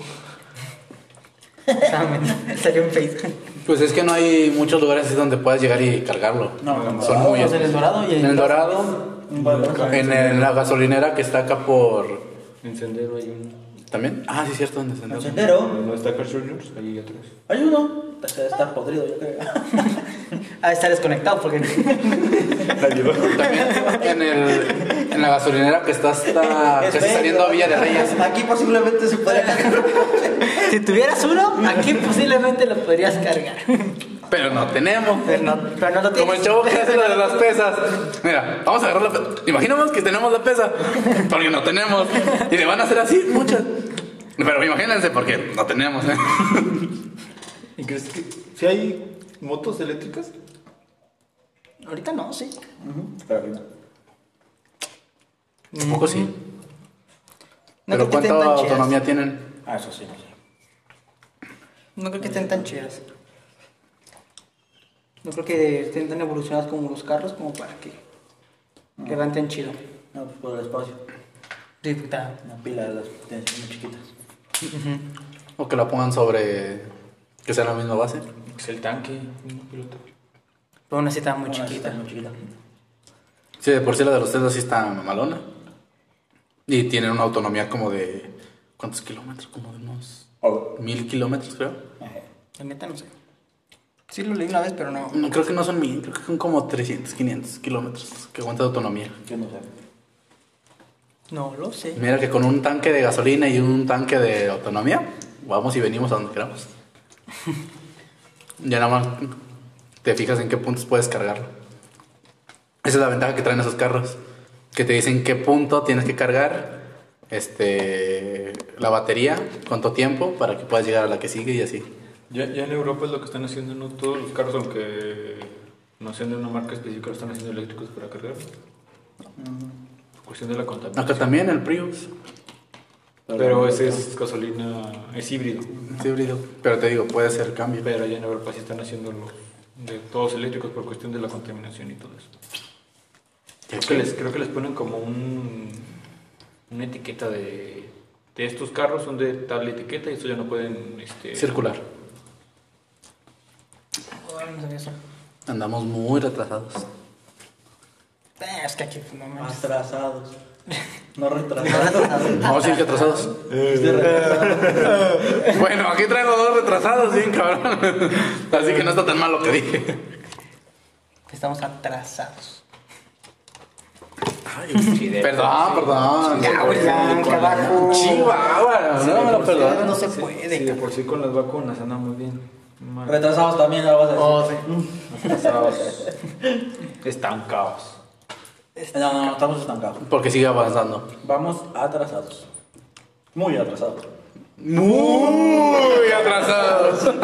E: Saben, salió en Facebook.
B: Pues es que no hay muchos lugares así donde puedas llegar y cargarlo.
D: No,
B: Son
D: no,
B: muy.
E: pues en El Dorado y en-
B: En El Dorado,
D: Un valor.
B: en el- la gasolinera que está acá por.
A: En Sendero hay uno.
B: ¿También? Ah, sí, cierto, donde
D: En
B: se
D: sendero
A: ¿No está Carl Juniors? Ahí hay otros.
D: hay uno. Está, está podrido, yo creo.
E: Ah, está desconectado porque.
B: También en, el, en la gasolinera que está hasta. que está
D: bello.
B: saliendo a Villa de Reyes.
D: Aquí posiblemente se puede
E: si tuvieras uno, aquí posiblemente lo podrías cargar.
B: Pero no tenemos.
E: Pero no, pero no lo tienes.
B: Como el chavo que hace lo de las pesas. Mira, vamos a agarrar la pesa. Imaginemos que tenemos la pesa, porque no tenemos. Y le van a hacer así muchas. Pero imagínense, porque no tenemos. ¿eh?
A: ¿Y crees que si hay motos eléctricas?
E: Ahorita no, sí.
D: Pero aquí no.
B: Un poco sí. Pero
E: No creo que
B: ¿cuánta
E: estén tan chidas.
B: autonomía tienen?
D: Ah, eso sí, no sé.
E: No creo que estén tan chidas. No creo que estén tan evolucionadas como los carros como para que levanten chido.
D: No, pues por el espacio.
E: Sí, puta.
D: Una pila de las potencias muy chiquitas.
B: O que la pongan sobre. que sea la misma base.
A: Es Pues el tanque, una pelota.
E: Pero una cita muy
D: Una cita
E: chiquita.
D: Muy chiquita.
B: Sí, de por sí la de los Tesla sí está mamalona. Y tienen una autonomía como de. ¿Cuántos kilómetros? Como de unos.
D: Oh.
B: Mil kilómetros, creo.
D: Ajá.
E: La neta no sé. Sí lo leí una vez, pero no.
B: No, creo que no son mil, creo que son como 300, 500 kilómetros que aguanta de autonomía.
D: Yo no sé.
E: No lo sé.
B: Mira que con un tanque de gasolina y un tanque de autonomía, vamos y venimos a donde queramos. ya nada más te fijas en qué puntos puedes cargarlo. Esa es la ventaja que traen esos carros, que te dicen qué punto tienes que cargar, este, la batería, cuánto tiempo para que puedas llegar a la que sigue y así.
A: Ya, ya en Europa es lo que están haciendo, no todos los carros, aunque no sean de una marca específica, lo están haciendo eléctricos para cargar. Por cuestión de la contaminación.
B: Acá también el Prius,
A: Pero ese es gasolina, es híbrido.
B: es híbrido, pero te digo, puede ser cambio.
A: Pero allá en Europa sí están haciendo lo- de todos eléctricos por cuestión de la contaminación y todo eso. Creo que les, creo que les ponen como un, una etiqueta de, de estos carros, son de tal etiqueta y eso ya no pueden... Este,
B: Circular.
E: Ah, no sabía eso.
B: Andamos muy retrasados.
E: Eh, es que aquí no me.
D: Atrasados. No retrasados.
E: Ah,
B: Vamos a ir retrasados.
D: Es de retrasados.
B: Bueno, aquí traigo dos retrasados, bien cabrón. Así que no está tan mal lo que dije.
E: Estamos atrasados.
B: Perdón, Ah, perdón.
E: Ya, güey, ya, carajo.
B: Chihuahua, no me lo
E: Pero
B: perdono.
E: no se
A: Sí,
E: puede.
A: de por sí con las vacunas andamos bien. mal.
D: Retrasados también, ahora vas a decir.
E: Oh, sí.
A: Atrasados. Estancados.
D: No, no, no, estamos estancados.
B: Porque sigue avanzando.
D: Vamos atrasados. Muy atrasados.
B: Muy atrasados.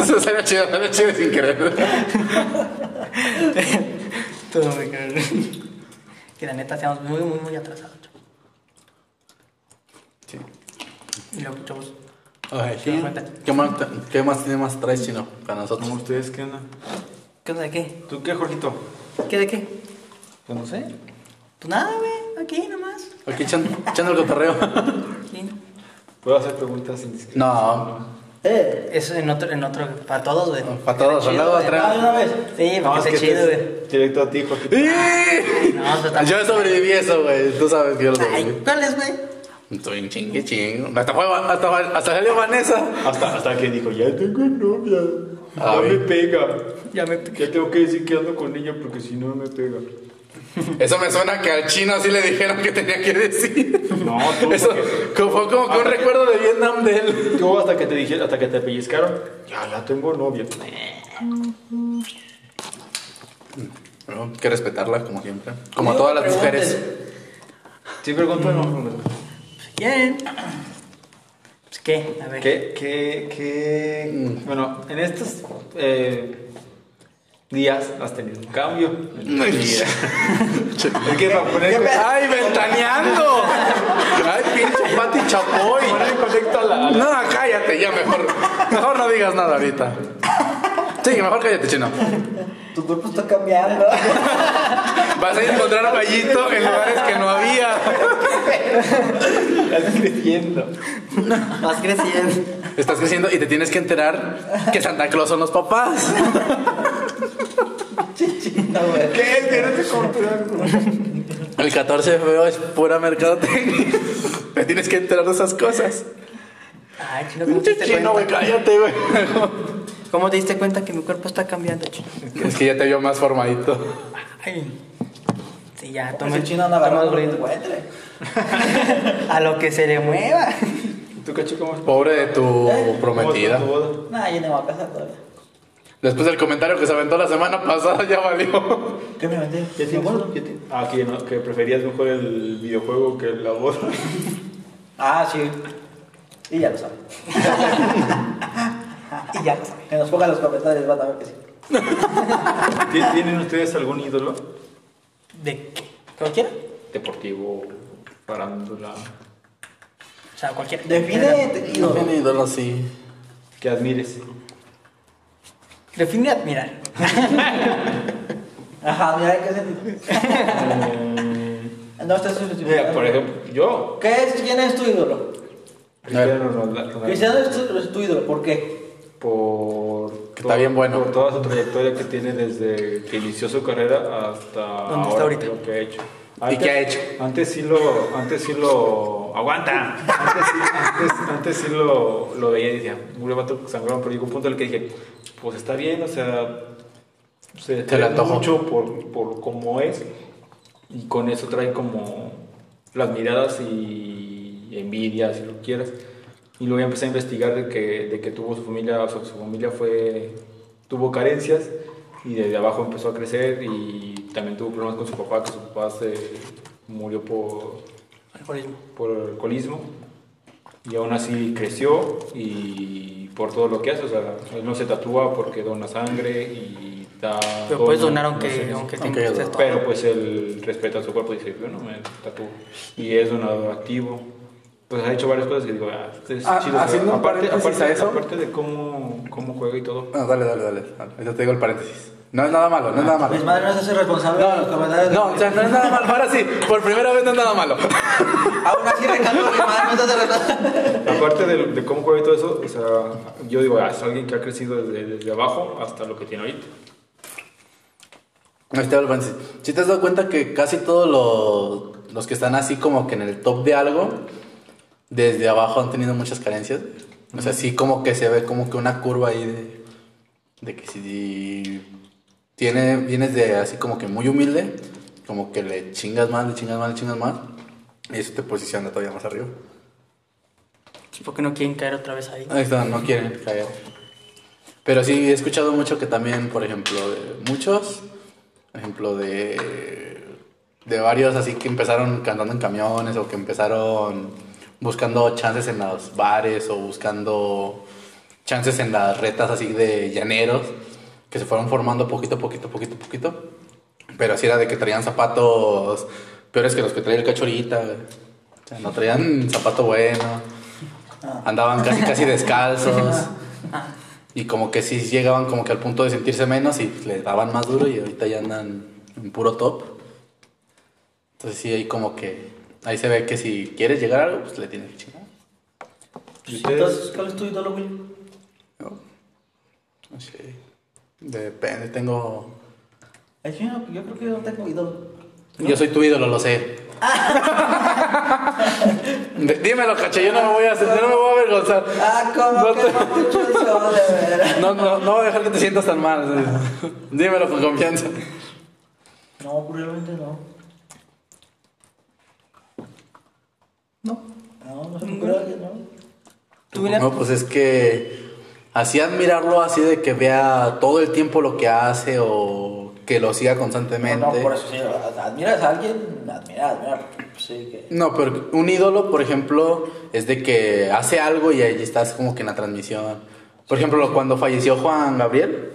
B: Eso sería chido, sería chido sin querer.
E: Todo me cago. Que la neta estamos muy, muy, muy atrasados, chavos.
B: Sí.
E: Y luego, chavos,
B: Ay,
E: Sí,
B: sí.
E: cuenta.
B: ¿Qué más, ¿Qué más tiene más traes chino para nosotros?
A: ¿Cómo ustedes qué onda?
E: ¿qué onda de qué?
A: ¿Tú qué, Jorgito?
E: ¿Qué de qué?
A: Yo no sé.
E: Pues nada, güey, aquí nomás.
B: Aquí echando, echando el cotorreo.
E: Aquí.
A: ¿Puedo hacer preguntas indiscretas?
B: no,
D: Eh,
E: Eso en otro, en otro, para todos, güey.
B: para todos,
E: Chido,
B: luego
E: güey.
D: ah, de
B: atrás.
D: una vez.
E: Sí,
A: No,
E: para
A: es
E: que
A: que
E: esté chido,
A: este
E: güey.
A: es Directo a ti, Jorgito.
E: No, eso está-
B: Yo sobreviví eso, güey. Tú sabes que yo lo
E: Ay,
B: sobreviví.
E: ¿cuál es, güey?
B: Estoy en chingue chingo. Hasta, fue, hasta, hasta salió Vanessa.
A: Hasta, hasta que dijo, ya tengo novia.
B: Ah,
A: no me
B: bien.
A: pega.
E: Ya me piqué.
A: Ya tengo que decir que ando con ella porque si no me pega.
B: Eso me suena que al chino así le dijeron que tenía que decir.
A: No, tú,
B: Eso
A: porque-
B: como, fue como que un
A: Ah,
B: recuerdo de Vietnam de él.
A: Tú hasta que te dijeron, hasta que te pellizcaron, ya, ya tengo novia.
B: Hay que respetarla, como siempre. Como a
D: Digo,
B: todas las
D: pregunten.
B: mujeres.
A: Sí, pregunto, no.
E: Si quieren. Pues qué, a ver.
A: ¿Qué, qué, qué? Mm. Bueno, en estos eh, días has tenido un cambio. En tu vida. Es que para poner,
B: ¡Ay, ventaneando! ¡Ay, pinche Pati Chapoy!
A: poner en contexto a la... a la-
B: No, cállate, ya mejor. Mejor no digas nada ahorita. Sí, mejor cállate, chino.
D: Tu cuerpo está cambiando.
B: Vas a encontrar payito en lugares que no había.
A: Estás creciendo.
E: Vas creciendo.
B: Estás creciendo y te tienes que enterar que Santa Claus son los papás.
D: Chichita, güey.
A: ¿Qué? es? Que no te compras.
B: El 14 de febrero es pura mercadotecnia. Te tienes que enterar de esas cosas.
E: Ay, chino, ¿cómo
B: Pinche
E: te diste
B: chino, güey,
E: cuenta?
B: cállate, güey.
E: ¿Cómo te diste cuenta que mi cuerpo está cambiando, chino?
B: Es que ya te vio más formadito.
E: Ay. Sí, ya, toma
D: Ese chino no agarra
E: toma
D: lo que
E: gorrito.
D: encuentre.
E: A lo que se le mueva.
A: ¿Tú cacho cómo es?
B: Pobre de tu
A: ¿Cómo estuvo
B: prometida.
A: tu boda?
D: Nah, yo no me voy a casar todavía.
B: Después del comentario que se aventó la semana pasada, ya valió.
D: ¿Qué me metí?
A: ¿Ya tienes?
D: ¿Seguro?
A: ¿Ya tienes? Ah, que, no, que preferías mejor el videojuego que la boda.
D: Ah, sí. Y ya lo saben.
E: Y ya lo sabes.
D: Que nos pongan los comentarios, van a ver que sí.
A: ¿Ti- ¿Tienen ustedes algún ídolo?
E: ¿De qué? ¿Cualquiera?
A: Deportivo, farándula,
E: O sea, cualquiera.
D: Define,
B: No
D: ídolo.
B: viene ídolo así.
A: que admires.
E: Define admirar.
D: Ajá, mira, ¿qué sentido?
A: Eh,
D: No este estás sustituyendo.
A: mira, por ejemplo, yo.
D: ¿Qué es? ¿Quién es tu ídolo?
A: Cristiano Ronaldo.
D: Cristiano es tu, es tu ídolo, ¿por qué?
A: Por,
B: Que está bien bueno.
A: por toda su trayectoria que tiene desde que inició su carrera hasta
E: está
A: ahora,
E: ahorita?
A: lo que ha hecho.
B: qué ha hecho?
A: Antes sí lo, antes sí lo, aguanta. Antes, sí- antes- antes sí lo, lo veía y decía, un vato sangrón, pero llegó un punto en el que dije, pues está bien, o sea, se
B: Te le
A: trae
B: antojó.
A: mucho por, por cómo es y con eso trae como las miradas y envidia, si lo quieres. Y luego ya empecé a investigar de que, de que tuvo su familia, o sea, su familia fue, tuvo carencias y desde abajo empezó a crecer y también tuvo problemas con su papá, que su papá se murió por,
E: Alcoholismo.
A: por alcoholismo y aún así creció y por todo lo que hace, o sea, él no se tatúa porque dona sangre y da...
E: Pero puedes
A: todo,
E: donar
A: no
E: aunque,
A: sé,
E: aunque
B: Aunque
E: tengas
B: yo-
E: esto.
A: pero pues él respeta su cuerpo y dice, yo no me tatúo. Y es donador activo. Pues ha hecho varias cosas que digo, ah, este es
B: Ah,
A: chido. o sea,
B: haciendo un
A: aparte,
B: paréntesis
A: aparte,
B: a eso.
A: aparte de cómo, cómo juega y todo.
B: No, dale, dale, dale. dale. Yo te digo el paréntesis. No es nada malo, no es nada malo.
D: Mis madres Ah, no se hacen responsable de los comentarios.
B: No, o sea, no es nada malo. Ahora sí, por primera vez no es nada malo.
D: Aún así recalco, mi madre no se hace responsable.
A: Aparte de, de cómo juega y todo eso, o sea, yo digo, ah, es alguien que ha crecido desde, desde abajo hasta lo que tiene ahorita.
B: Ahí te va el paréntesis. Si te has dado cuenta que casi todos los, los que están así como que en el top de algo, desde abajo han tenido muchas carencias. O sea, sí como que se ve como que una curva ahí de, de que si tiene, vienes de así como que muy humilde, como que le chingas más, le chingas más, le chingas más, y eso te posiciona todavía más arriba.
E: Pues, ¿Por qué no quieren caer otra vez ahí?
B: Ahí está, no quieren caer. Pero sí, he escuchado mucho que también, por ejemplo, de muchos, por ejemplo, de, de varios así que empezaron cantando en camiones o que empezaron buscando chances en los bares o buscando chances en las retas así de llaneros, que se fueron formando poquito, poquito, poquito, poquito, Pero así era de que traían zapatos peores que los que traía el cachorita, güey. O sea, no traían zapato bueno. Andaban casi casi descalzos. Y como que sí llegaban como que al punto de sentirse menos y le daban más duro y ahorita ya andan en puro top. Entonces sí, ahí como que... Ahí se ve que si quieres llegar a algo, pues le tienes que chingar.
A: ¿Y
D: Entonces,
A: ustedes?
D: ¿cuál es tu ídolo, Will?
B: No, no sé. Depende, tengo...
D: Ay, Yo, yo creo que yo no tengo ídolo.
B: Yo soy tu ídolo, lo sé. D- Dímelo, caché, yo no me voy a, yo no me voy a avergonzar.
D: Ah, ¿cómo
B: No
D: que
B: te-
D: no mucho eso, de verdad?
B: No, no, no voy a dejar que te sientas tan mal. Dímelo con confianza.
D: No, probablemente no.
B: No.
D: No, no se creo que no.
E: ¿Tú, William?
B: No, pues es que así admirarlo, así de que vea todo el tiempo lo que hace o que lo siga constantemente.
D: No, por eso sí, admiras a alguien, admira, admira, porque, pues, sí, que...
B: No, pero un ídolo, por ejemplo, es de que hace algo y ahí estás como que en la transmisión. Por ejemplo, cuando falleció Juan Gabriel,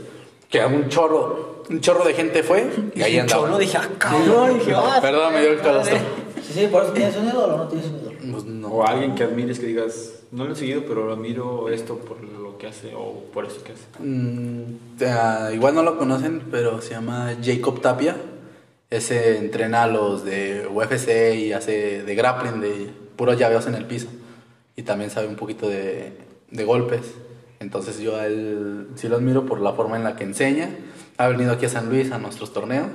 B: que un chorro, un chorro de gente fue y ahí andaba.
E: Cholo, dije, ah, cabrón, dije, ah,
B: Perdón, me dio el calostro.
D: Sí, sí, por eso tienes un ídolo, no tienes un ídolo.
B: Pues no.
A: O alguien que admires que digas, no lo he seguido, pero lo admiro esto por lo que hace o por esto que hace.
B: Mm, ah, igual no lo conocen, pero se llama Jacob Tapia. Ese entrena a los de UFC y hace de grappling, de puros llaveos en el piso. Y también sabe un poquito de, de golpes. Entonces yo a él sí lo admiro por la forma en la que enseña. Ha venido aquí a San Luis a nuestros torneos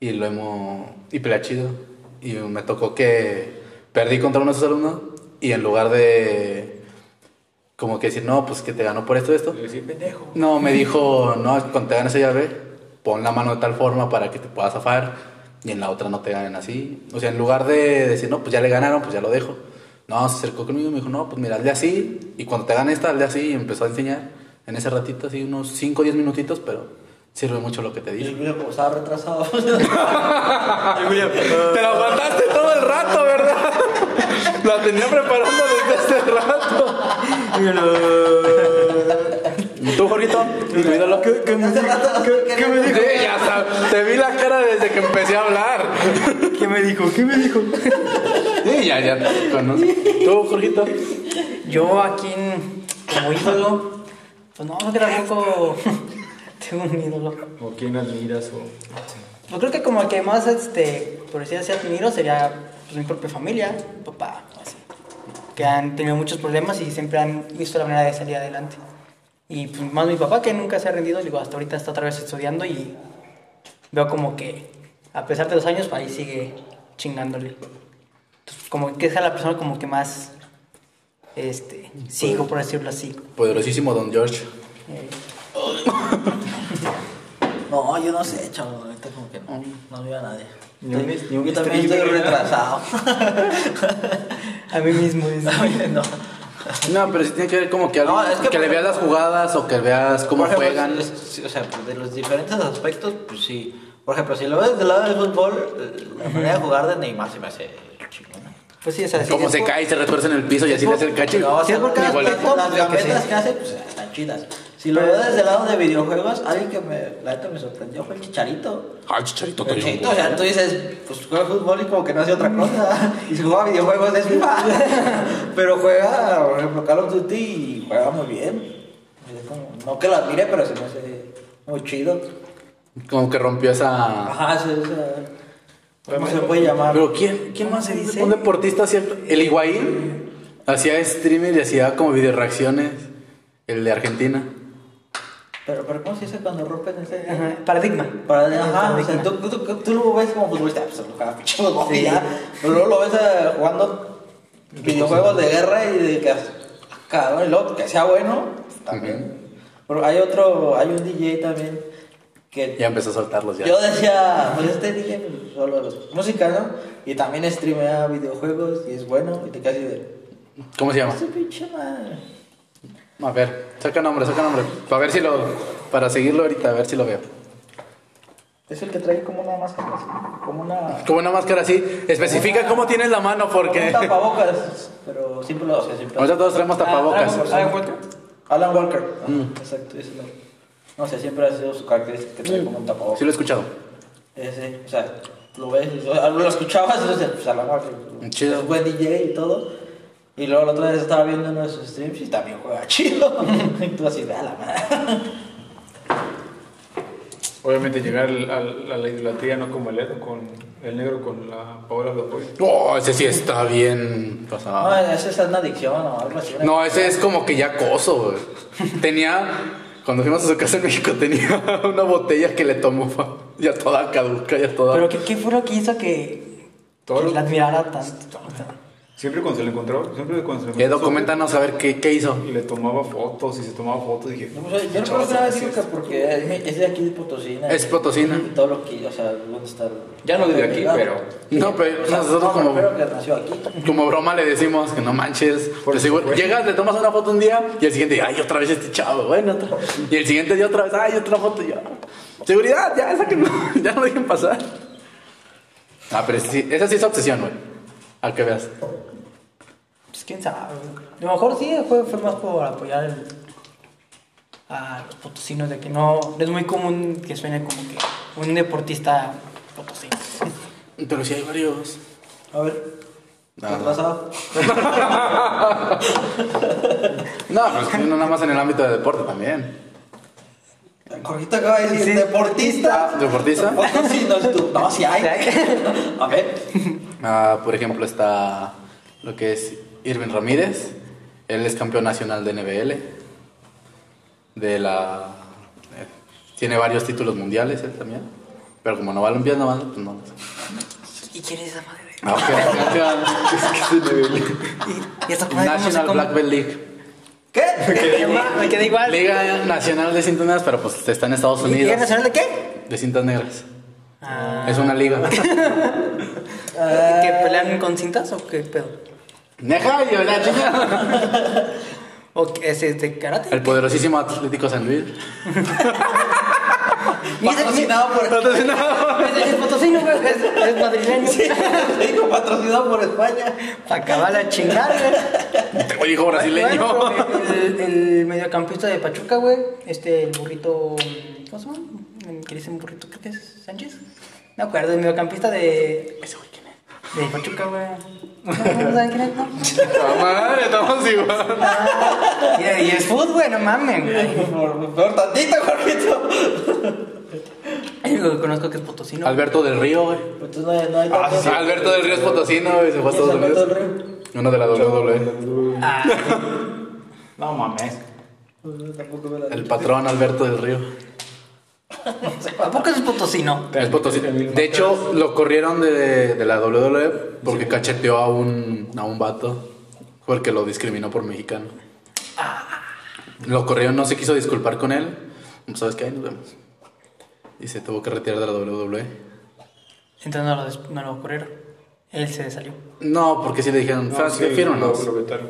B: y lo hemos... y pelea chido. Y me tocó que perdí contra uno de sus alumnos y en lugar de como que decir, no, pues que te ganó por esto, esto,
A: Le decía, pendejo.
B: no, me dijo, no, cuando te ganes esa llave, pon la mano de tal forma para que te puedas zafar y en la otra no te ganen así. O sea, en lugar de decir, no, pues ya le ganaron, pues ya lo dejo. No, se acercó conmigo y me dijo, no, pues mira, hazle así y cuando te gane esta, hazle así y empezó a enseñar en ese ratito, así unos 5 o 10 minutitos, pero sirve mucho lo que te
D: Y
B: dice.
D: el video como estaba retrasado.
B: Te la aguantaste todo el rato, ¿verdad? La tenía preparando desde hace rato. ¿Tú, Jorgito? ¿Tu ídolo?
D: Hace rato, ¿qué me
B: Sí, ya sabes. Te vi la cara desde que empecé a hablar.
E: ¿Qué me dijo? ¿Qué me dijo?
B: Sí, ya, ya. te conozco. ¿Tú, Jorgito?
E: Yo aquí en- como ídolo, pues no, creo que tampoco tengo un ídolo.
A: O quién admiras o...
E: Yo creo que como el que más, este, por decir así, admiro sería pues, mi propia familia, mi papá, así. Que han tenido muchos problemas y siempre han visto la manera de salir adelante. Y pues, más mi papá, que nunca se ha rendido, digo, hasta ahorita está otra vez estudiando y veo como que, a pesar de los años, ahí sigue chingándole. Entonces, como que es a la persona como que más, este, sigo, por decirlo así.
B: Poderosísimo Don George.
E: Eh,
D: No, yo no sé, chavo, ahorita como que no, no veo a nadie.
A: Ni un-
D: Estoy-
A: ni un
D: yo también
A: streamer,
D: estoy
A: ¿verdad?
D: retrasado.
E: a mí mismo es...
D: Oye, no.
B: No, pero sí tiene que ver como que,
D: No,
B: alguien-
D: es que
B: que
D: por
B: le veas
D: ejemplo-
B: las jugadas o que veas cómo
D: Por ejemplo,
B: juegan.
D: es- es- o sea, pues, de los diferentes aspectos, pues sí. Por ejemplo, si lo ves del lado del fútbol, eh, la manera de jugar de Neymar se me hace chingona.
E: Pues sí, es así.
B: Cómo se cae y se retuerce en el piso y así le hace el cacho.
D: No, o sea,
E: Sí, porque
D: las-
E: las-
D: las-
E: las-
D: las
E: lo que
D: gambetas
E: sea.
D: que hace, pues están chidas. Si lo veo desde el lado de videojuegos, alguien que me, la neta me sorprendió fue el Chicharito.
B: Ay, Ah, chicharito, te
D: El Chicharito, o sea, tú dices, pues juega fútbol y como que no hace otra cosa. Y si juega videojuegos es FIFA. pero juega, por ejemplo, Call of Duty y juega muy bien. Es como- no que lo admire, pero se me hace muy chido.
B: Como que rompió esa...
D: Ajá, sí, o sea, ¿Cómo se puede llamar?
B: Ah. Pero ¿quién, quién más se
E: se
B: dice?
E: dice?
B: Ah, Un deportista hacía... El Higuaín hacía streamer y hacía como video reacciones. El de Argentina.
D: Pero, pero ¿cómo se dice cuando rompen ese...? eh,
E: Ajá, Paradigma.
D: Para ajá, o
E: Paradigma.
D: sea, tú, tú, tú, tú lo ves como futbolista, pues lo juega pinche fútbol y ya. Pero luego lo ves eh, jugando videojuegos de guerra y de que ah, cabrón, y luego que sea bueno, pues, también. Pero hay otro, hay un DJ también que
B: Ya empezó a soltarlos ya.
D: yo decía, pues este DJ pues, solo los música, ¿no? Y también streamea videojuegos y es bueno y te casi de
B: ¿Cómo se llama?
D: ese pinche madre.
B: A ver, saca nombre, saca nombre. Para ver si lo... Para seguirlo ahorita, a ver si lo veo.
D: Es el que trae como una máscara, así, como una
B: Como una máscara así. Especifica cómo tienes la mano porque...
D: Como un tapabocas, pero siempre lo hace, siempre. lo hace.
B: Ahorita todos traemos tapabocas. Mm.
D: Ah, Alan Walker. Alan Walker. Ajá, Exacto, ese no. No sé, siempre ha sido su característica que trae como un tapabocas.
B: Sí Mm. lo he escuchado.
D: Ese, o sea, lo ves, y lo, lo escuchabas, o sea, pues a la madre.
B: Chido.
D: Es buen DJ y todo. Y luego la otra vez estaba viendo uno de sus streams y también juega chido. y tú así, de a la madre.
A: Obviamente llegar al- al- a la idolatría no como el, Edo, con el negro con la Paola Lopoy.
B: Oh, ese sí está bien
D: No,
B: pasado.
D: esa es una adicción o algo así. una-
B: Ah. No, ese es como que ya acoso, güey. Tenía. Cuando fuimos a su casa en México, tenía una botella que le tomó fa- ya toda caduca, ya toda.
E: Pero ¿qué, qué fue lo que hizo que,
A: Todo
E: que
A: lo-
E: la admirara tanto?
A: Siempre cuando se lo encontraba, siempre cuando se lo
B: Edo,
A: encontraba,
B: coméntanos a ver qué, qué hizo.
A: Y le tomaba fotos y se tomaba fotos y dije,
D: No, pues, yo recuerdo que una vez digo que porque es mi- es de aquí de Potosina.
B: Es potosina.
D: Y todo lo que, o sea, ¿dónde está? el-
A: Ya no vive aquí, pero-
B: No, pero
D: O sea,
B: nosotros
D: no,
B: como-
D: Pero que nació aquí.
B: Como broma le decimos que no manches. Por seguro, llegas, le tomas una foto un día y el siguiente, ay, otra vez este chavo, bueno, otra. Y el siguiente día otra vez, ay, otra foto, ya. Seguridad, ya, esa que no, ya no dejen pasar. Ah, pero sí, esa sí es obsesión, güey. A que veas.
E: Pues quién sabe. A lo mejor sí, fue, fue más por apoyar el- a los potosinos de que no. Es muy común que suene como que un deportista potosino.
B: Pero sí hay varios.
D: A ver. ¿Qué
B: Nada.
D: pasaba?
B: No, pues, no nada más en el ámbito de deporte también.
D: Correcto acaba de decir deportista.
B: ¿Deportista?
D: Bueno, sí, no, sí, tú- no, sí hay. A ver.
B: Ah, por ejemplo, está lo que es Irving Ramírez. Él es campeón nacional de NBL. De la. eh, tiene varios títulos mundiales él también. Pero como no va a Olimpiadas, no va, pues no.
E: ¿Y quién es esa madre?
B: Ah, ok, campeón.
E: ¿Y esa madre cómo se
B: National
E: come?
B: Black Belt League.
D: ¿Qué?
E: Me quedé igual.
B: Liga Nacional de Cintas Negras, pero pues está en Estados
E: ¿Y- ¿Liga
B: Unidos.
E: Nacional de qué?
B: De Cintas Negras.
E: Ah,
B: Es una liga.
E: ¿Que que pelean con cintas o qué pedo?
B: Neja, yo la chica.
E: ¿O que es este karate?
B: El poderosísimo Atlético San Luis.
D: Patrocinado por
E: Es, es potosino, güey. Es, es madrileño.
D: Digo, patrocinado por España.
E: Para acabar la chingada, güey.
B: Oye, hijo brasileño.
E: Bueno, pero el, el mediocampista de Pachuca, güey. Este, el burrito. ¿Cómo se llama? El Que le dicen burrito, creo que es Sánchez. No me acuerdo, el mediocampista de. Ese güey, ¿quién es? De Pachuca, güey. No, no saben quién es, no.
B: Madre, estamos igual.
E: Y, y es fútbol, güey, no mames, güey.
D: Por, peor tantito, Jorgito. Pues
E: El único que conozco que es potosino.
B: Alberto del Río, güey.
D: Entonces no hay, no hay
B: Ah, sí, Alberto del Río es potosino, güey. Se fue a
D: ¿Quién es
B: Estados
D: Alberto del
B: Unidos.
D: Río?
B: Uno de la WWE.
E: Ah,
A: no mames.
D: No, Tampoco me la
B: El patrón Alberto del Río.
E: ¿A poco es potosino?
B: Es potosino. De hecho, lo corrieron de, de la WWE porque cacheteó a un, a un vato. Porque lo discriminó por mexicano. Lo corrieron, no se quiso disculpar con él. ¿Sabes qué? Ahí nos vemos. Y se tuvo que retirar de la WWE.
E: Entonces no lo, des- no lo corrieron. Él se salió.
B: No, porque sí le dijeron,
A: No,
B: ¿sabes
A: sí,
B: qué?
A: lo,
B: Fírmanos.
A: lo vetaron.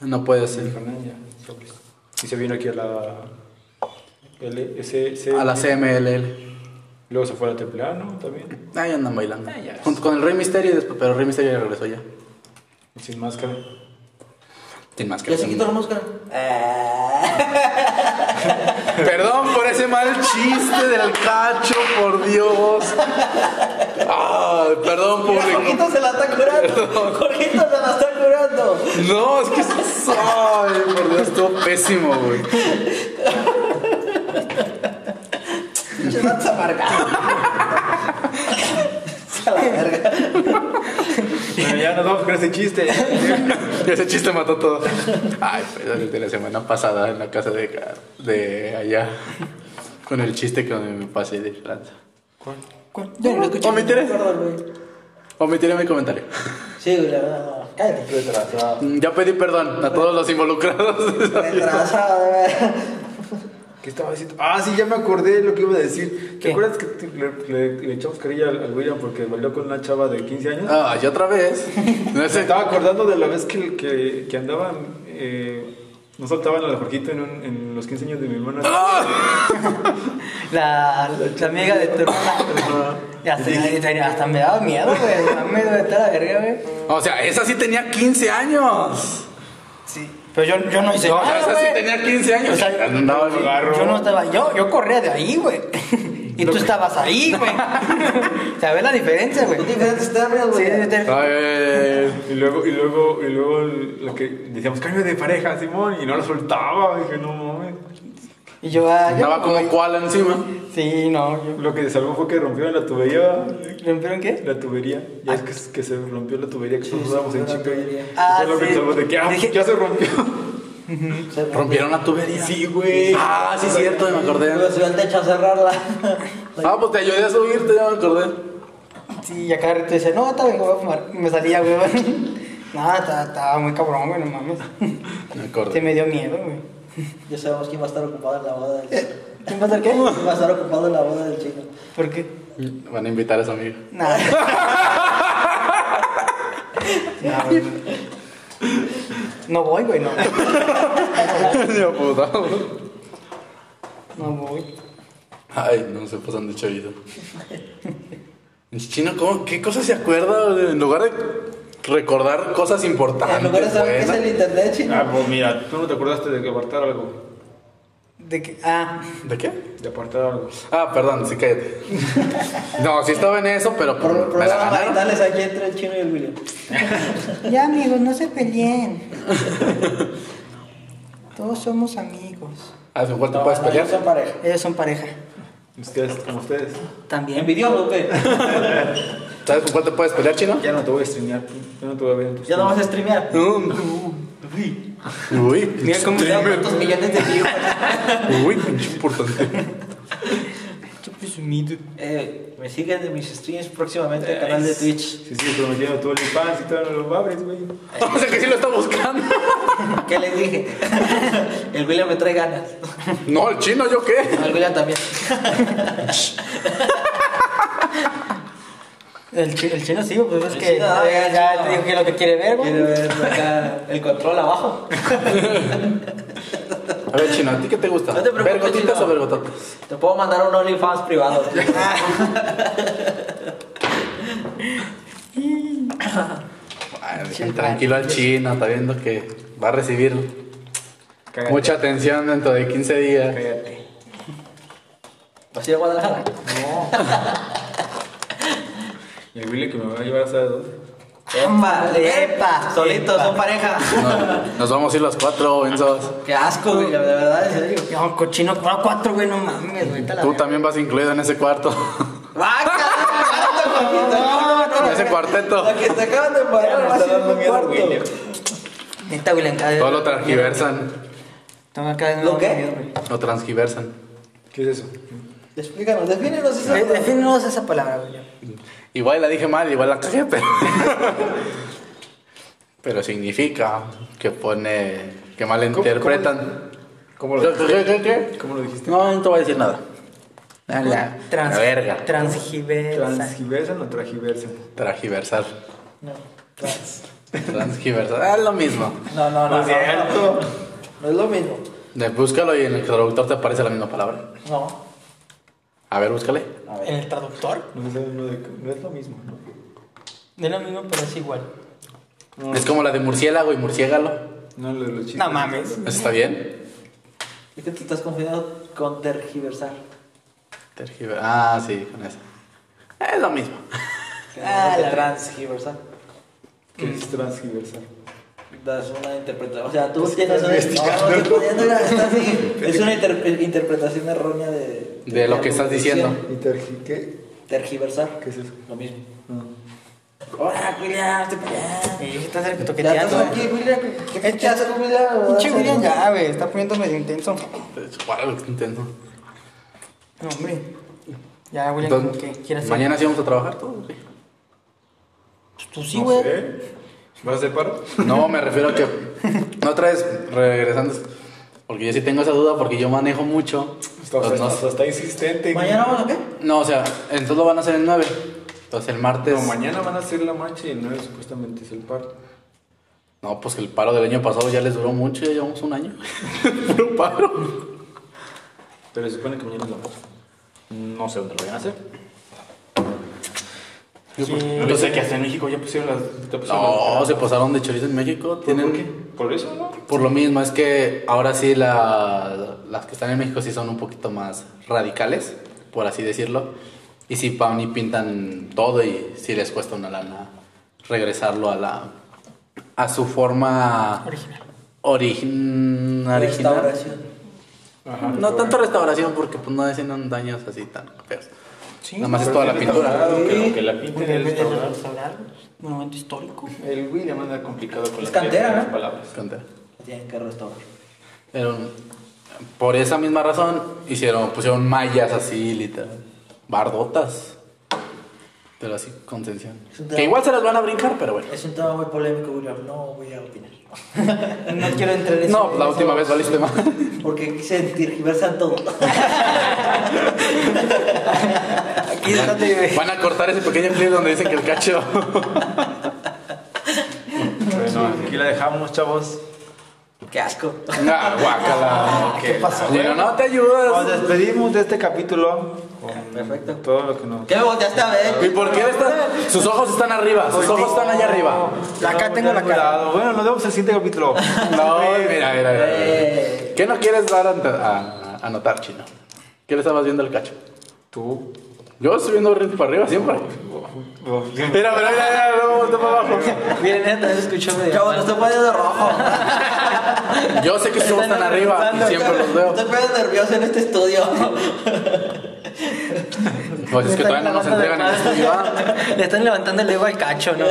B: No puede
A: Se
B: ser.
A: dijeron, "Ah, ya, sobres". Y se vino aquí a la. L- S- C-
B: A la CMLL.
A: Luego se fue a la AAA, ¿no? También.
B: Ahí Ah, andan bailando. Junto con el Rey Misterio, y después, pero el Rey Misterio ya regresó ya.
A: Sin máscara.
B: Sin máscara.
D: Ya se quitó la máscara. Ah.
B: Perdón por ese mal chiste del cacho, por Dios. Ay, perdón,
D: Mira,
B: público.
D: Jorgito se la está curando. Jorgito se la está curando.
B: No, es que. Ay, por Dios, estuvo pésimo, güey.
D: Pinche danza amargado. A la verga.
A: Bueno, ya nos vamos con ese chiste.
B: Ese chiste mató todo. Ay, pero el de la semana pasada en la casa de, ca- de allá. Con el chiste que me pasé de lanza.
E: ¿Cuál? Yo no lo escuché.
B: Omitiré,
D: Perdón, güey.
B: omitiré mi comentario.
D: Sí, güey, la verdad, no. Cállate. Retrasado.
B: Ya pedí perdón a todos los involucrados.
D: Retrasado, güey.
A: ¿Qué estaba diciendo? Ah, sí, ya me acordé lo que iba a decir.
E: ¿Qué?
A: ¿Te acuerdas que te- le, le- le echamos carilla al, al William porque bailó con una chava de 15 años?
B: Ah, y otra vez. No
A: Me
B: sé.
A: estaba acordando de la vez que, que, que andaban. Eh, nos saltaban a la Jorgito en, un- en los 15 años de mi hermana.
E: La, la amiga de tu hermana. Ya hasta, ya hasta me daba miedo, güey. A mí me debe estar la verga, güey.
B: O sea, esa sí tenía 15 años.
E: Sí. Pero yo, yo no hice
B: No, o sea,
E: nada,
B: esa sí
E: güey.
B: tenía 15 años.
E: O sea,
B: Andaba bien.
A: agarro.
E: Yo no estaba. Yo, yo corría de ahí, güey. Y tú estabas ahí, güey. o sea, ¿ves la diferencia, güey?
D: Tú diferentes términos,
E: Sí,
D: güey.
E: te-
B: Ay,
A: Y luego, y luego, y luego lo que decíamos, cambio de pareja, Simón, y no lo soltaba. Dije, no mames.
E: Y yo, ah, yo-
B: Andaba como cual encima.
E: Sí, no, yo.
A: Lo que desalvó fue que rompieron la tubería.
E: ¿Rompieron qué?
A: La tubería. Ya es que, que se rompió la tubería que
D: Ah. Sí,
A: todos
D: se
A: usábamos en
D: rompió la
A: chica.
D: tubería.
A: Eso
E: Ah,
A: es lo que
E: sí.
A: desalvó de que ah,
E: Dije-
A: ya se rompió.
D: Se-
B: Rompieron la tubería.
A: Sí, güey.
B: Ah, sí, cierto, me
D: Lo
B: acordé.
D: subió al techo a cerrarla.
B: Ah, pues te ayudé a subirte, ya me acordé.
E: Sí, y acá te dice, no, te vengo, voy a fumar. Y me salía, güey. no, estaba estaba muy cabrón, güey, no mames.
B: Me
E: Se
B: acordé.
E: me dio miedo, güey.
D: Ya sabemos quién va a estar ocupado en la boda del chico.
E: ¿Quién va a ser qué?
D: ¿Quién va a estar ocupado en la boda del chico?
E: ¿Por qué?
B: Van a invitar a su amigo.
E: Nada. No, güey. no voy, güey, no.
B: Ya puta.
E: No voy.
B: Ay, no pues se pasan de chavito. En chino, ¿cómo, ¿qué cosas se acuerda? En lugar de recordar cosas importantes.
D: En lugar de saber qué es
B: buenas.
D: el internet chino.
A: Ah, pues mira, tú no te acordaste de que apartar algo.
E: ¿De qué? Ah,
B: ¿De qué?
A: De apartar algo.
B: Ah, perdón, sí, cállate. No, sí estaba en eso, pero por,
D: Pro-
B: me la
D: Problemas
B: ganaron.
D: maritales aquí entre el chino y el William.
E: ya amigos, no se peleen. Todos somos amigos.
B: A su cuarto puedes pelear.
D: Son pareja.
E: Ellos son pareja.
A: Ustedes, como ustedes.
E: También.
D: ¿Envidioso o qué?
B: ¿Sabes con cuál te puedes pelear, chino?
A: Ya no te voy a streamear, tú. ya no te voy a ver. en tus
D: ¿Ya no vas a streamear?
B: Uy,
E: Mira cómo le dan
B: streamer.
E: tantos millones de views.
B: Uy, pinche importante.
E: presumido.
D: Eh, me siguen de mis streams próximamente al canal de Twitch.
A: Si sigues prometiendo tu OnlyFans y todavía no lo abres, güey.
B: O sea que sí lo está buscando.
D: ¿Qué les dije? El William me trae ganas.
B: No, el chino, ¿yo qué?
D: El William también.
E: El chino, el chino sí, güey, pues es
D: El
E: que
D: chino, ah,
E: ya,
D: el
E: ya
D: chino.
E: te dijo que es lo que quiere ver, güey.
D: Quiero ver acá el control abajo.
B: A ver, chino, ¿a ti qué te gusta?
D: No te preocupes,
B: ¿Vergotitas
D: chino.
B: o vergototas?
D: Te puedo mandar un OnlyFans privado.
B: Ay, dejen tranquilo al chino, está viendo que va a recibir
A: Cágate.
B: mucha atención dentro de 15 días.
A: Cállate.
D: ¿Vas a ir a Guadalajara?
A: No. Y el Willy que me va a llevar hasta dónde.
D: ¡Epa!
E: Epa.
D: Solitos,
E: Epa.
D: son pareja.
B: No, nos vamos a ir los cuatro, Benzos.
D: Qué asco, güey, la verdad, en serio.
E: No, cochino, cuatro, cuatro, güey, no mames, güey. te la
B: Tú
E: verga.
B: también vas incluido en ese cuarto.
D: ¡Vaca!
B: En ese cuarteto.
D: La que te acaban de
A: Ya
D: parar,
A: me
D: va a
A: está
D: ser
A: dando
D: un
A: miedo,
D: cuarto.
A: William.
E: Neta, güey, la encarga.
B: Todo lo transgiversan.
E: Tengo acá
D: ¿Lo qué?
B: Lo transgiversan.
A: ¿Qué es eso?
D: Explícanos, defínenos esa
E: Definos esa palabra, güey.
B: Igual la dije mal, igual la cagué, pero... pero significa que pone... que malinterpretan.
A: ¿Cómo
B: ¿Qué,
A: lo,
B: qué, qué, qué?
A: cómo lo dijiste?
B: No, no te voy a decir nada. A la,
E: Trans,
B: la verga.
E: Transgiversa.
A: ¿Transgiversan o transgiversan?
B: Transgiversar.
D: No, trans.
B: Transgiversar. Ah, es lo mismo.
D: no, no, no, no,
A: cierto.
D: no es lo mismo.
B: De- Búscalo y en el traductor te aparece la misma palabra.
D: No.
B: A ver, búscale.
D: A
E: ¿En
D: ver.
E: el traductor?
A: No, es lo de- no es lo mismo, ¿no?
E: No es lo mismo, pero es igual.
B: Es como la de murciélago y murciégalo.
A: No, lo de los chistes.
E: No mames.
B: ¿Eso está bien?
D: Es que te estás confundiendo con tergiversar.
B: Tergiver- Ah, sí, con esa. Es lo mismo.
D: Que
E: Ah,
D: no es de
E: la-
D: transgiversar.
A: ¿Qué es transgiversar?
D: Das una interpretación. O sea, tú tienes una. No, no, no, ya no era- está así. Es una inter- interpretación errónea de.
B: De lo que estás diciendo.
A: ¿Y tergi- qué?
D: Tergiversar.
A: ¿Qué es eso?
D: Lo mismo.
A: Ah.
D: Hola, William, estoy para allá.
E: Y Eh, está
D: Ya estás
E: toqueteando.
D: aquí, William. ¿Qué pinche haces, William?
E: Pinche William ya, güey. Está poniendo medio intenso.
B: Es guau, qué intenso.
E: No, hombre. Ya, William, como
B: Entonces,
E: que quieras hacer.
B: mañana sí vamos a trabajar todos. güey.
E: Tú sí,
A: No
E: güey.
A: sé. ¿Vas a hacer paro?
B: No, me refiero a que. No traes regresando. Porque yo sí tengo esa duda porque yo manejo mucho.
A: Está,
B: Entonces,
A: está,
B: no,
A: Pues está insistente.
D: ¿Mañana vamos a qué?
B: no, o sea, entonces lo van a hacer el 9. Entonces el martes.
A: No, mañana van a hacer la marcha y el 9 supuestamente es el paro.
B: No, pues el paro del año pasado ya les duró mucho, ya llevamos un año. Puro paro.
A: Pero se supone que mañana es la marcha. No sé dónde lo van a hacer. Yo sé que hasta en México ya pusieron las. te pusieron
B: No,
A: las-
B: se pasaron de chorizo en México. Tienen
A: ¿Por qué? ¿Por eso no?
B: Por lo mismo, es que ahora sí la- las que están en México sí son un poquito más radicales. por así decirlo. Y si van y pintan todo y si les cuesta una lana regresarlo a la a su forma
E: Original.
B: origin- original.
D: Restauración.
A: Ajá.
B: No tanto restauración porque pues no hacen daños así tan feos.
E: Sí.
B: Nada más es toda la pintura.
A: Restaurado, Que, que la
E: Porque
A: pinten
E: debe
A: el
E: de
A: restaurar.
E: restaurar monumento histórico.
A: El William anda complicado con las
D: Es cantera,
A: las
D: ¿no?
A: palabras.
D: Tienen que restaurar.
B: Pero, por esa misma razón hicieron, pusieron mallas así, literal. Bardotas. Pero así con tensión. Que igual se las van a brincar, pero bueno.
D: Es un tema muy polémico, William. No voy a opinar.
E: No quiero entrar en
B: No,
E: eso.
B: la última vez valiste más.
D: Porque se tergiversan todo.
E: Aquí es donde vive.
B: Van a cortar ese pequeño clip donde dicen que el cacho.
A: Bueno, aquí la dejamos, chavos.
D: Qué asco.
B: Nah, Ah, guácala.
A: ¿Qué pasó?
B: Bueno, no te
A: Nos
B: ayudas.
A: despedimos de este capítulo con
D: Perfecto.
A: todo lo que nos...
D: ¿Qué me volteaste a
B: ¿Y
D: ver?
B: por qué estás? Sus ojos están arriba, sus ojos están allá arriba.
E: Acá tengo la cara.
A: Cuidado. Bueno, nos vemos en el siguiente capítulo.
B: No, mira, mira, mira.
D: Eh,
B: ¿Qué no quieres dar a, a- a notar, chino? ¿Qué le estabas viendo al cacho?
A: Tú.
B: Yo estoy viendo para arriba siempre. Mira, mira, mira, mira, no, voltea para abajo.
E: Miren, ella también se escuchó medio.
D: Chavo, lo
E: mal.
D: estoy poniendo rojo.
B: Yo sé que sus ojos están arriba y siempre los veo.
D: Estoy poniendo nervioso en este estudio.
B: Pues es que todavía no nos entregan el estudio A.
E: Le están levantando el ego al cacho, ¿no?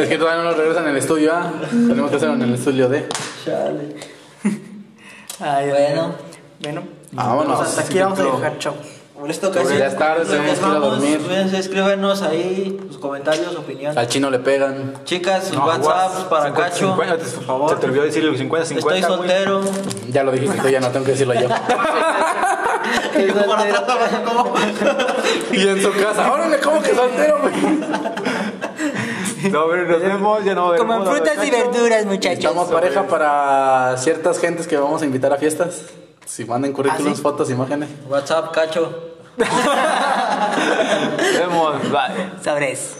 B: Es que todavía no nos regresan el estudio A. Tenemos que hacerlo en el estudio D.
D: Chale.
E: Ay,
D: Bueno.
E: Bueno.
B: Vámonos.
E: pues hasta aquí vamos a dejar, chao.
D: Por esta ocasión.
B: Pues Ya es tarde,
D: nos
B: tenemos que ir a
D: dejamos.
B: dormir.
D: Cuídense, escríbenos ahí sus comentarios, opiniones.
B: Al chino le pegan.
D: Chicas, sus
A: No,
D: WhatsApps
A: guas-
D: para
A: 50,
D: Cacho.
A: 50, por favor. Te olvidó decirle 50, 50.
D: Estoy soltero.
B: Ya lo dijiste tú, ya no tengo que decirlo yo.
D: Por atrás, ¿cómo?
B: y en su casa. Órale, ¿cómo que soltero, güey?
A: No, pero nos vemos, ya no veremos.
E: Coman frutas y verduras, muchachos.
B: Estamos pareja para ciertas gentes que vamos a invitar a fiestas. Si manden currículums, fotos, imágenes.
D: WhatsApp, Cacho.
A: Nos vemos, bye.
E: Sabres.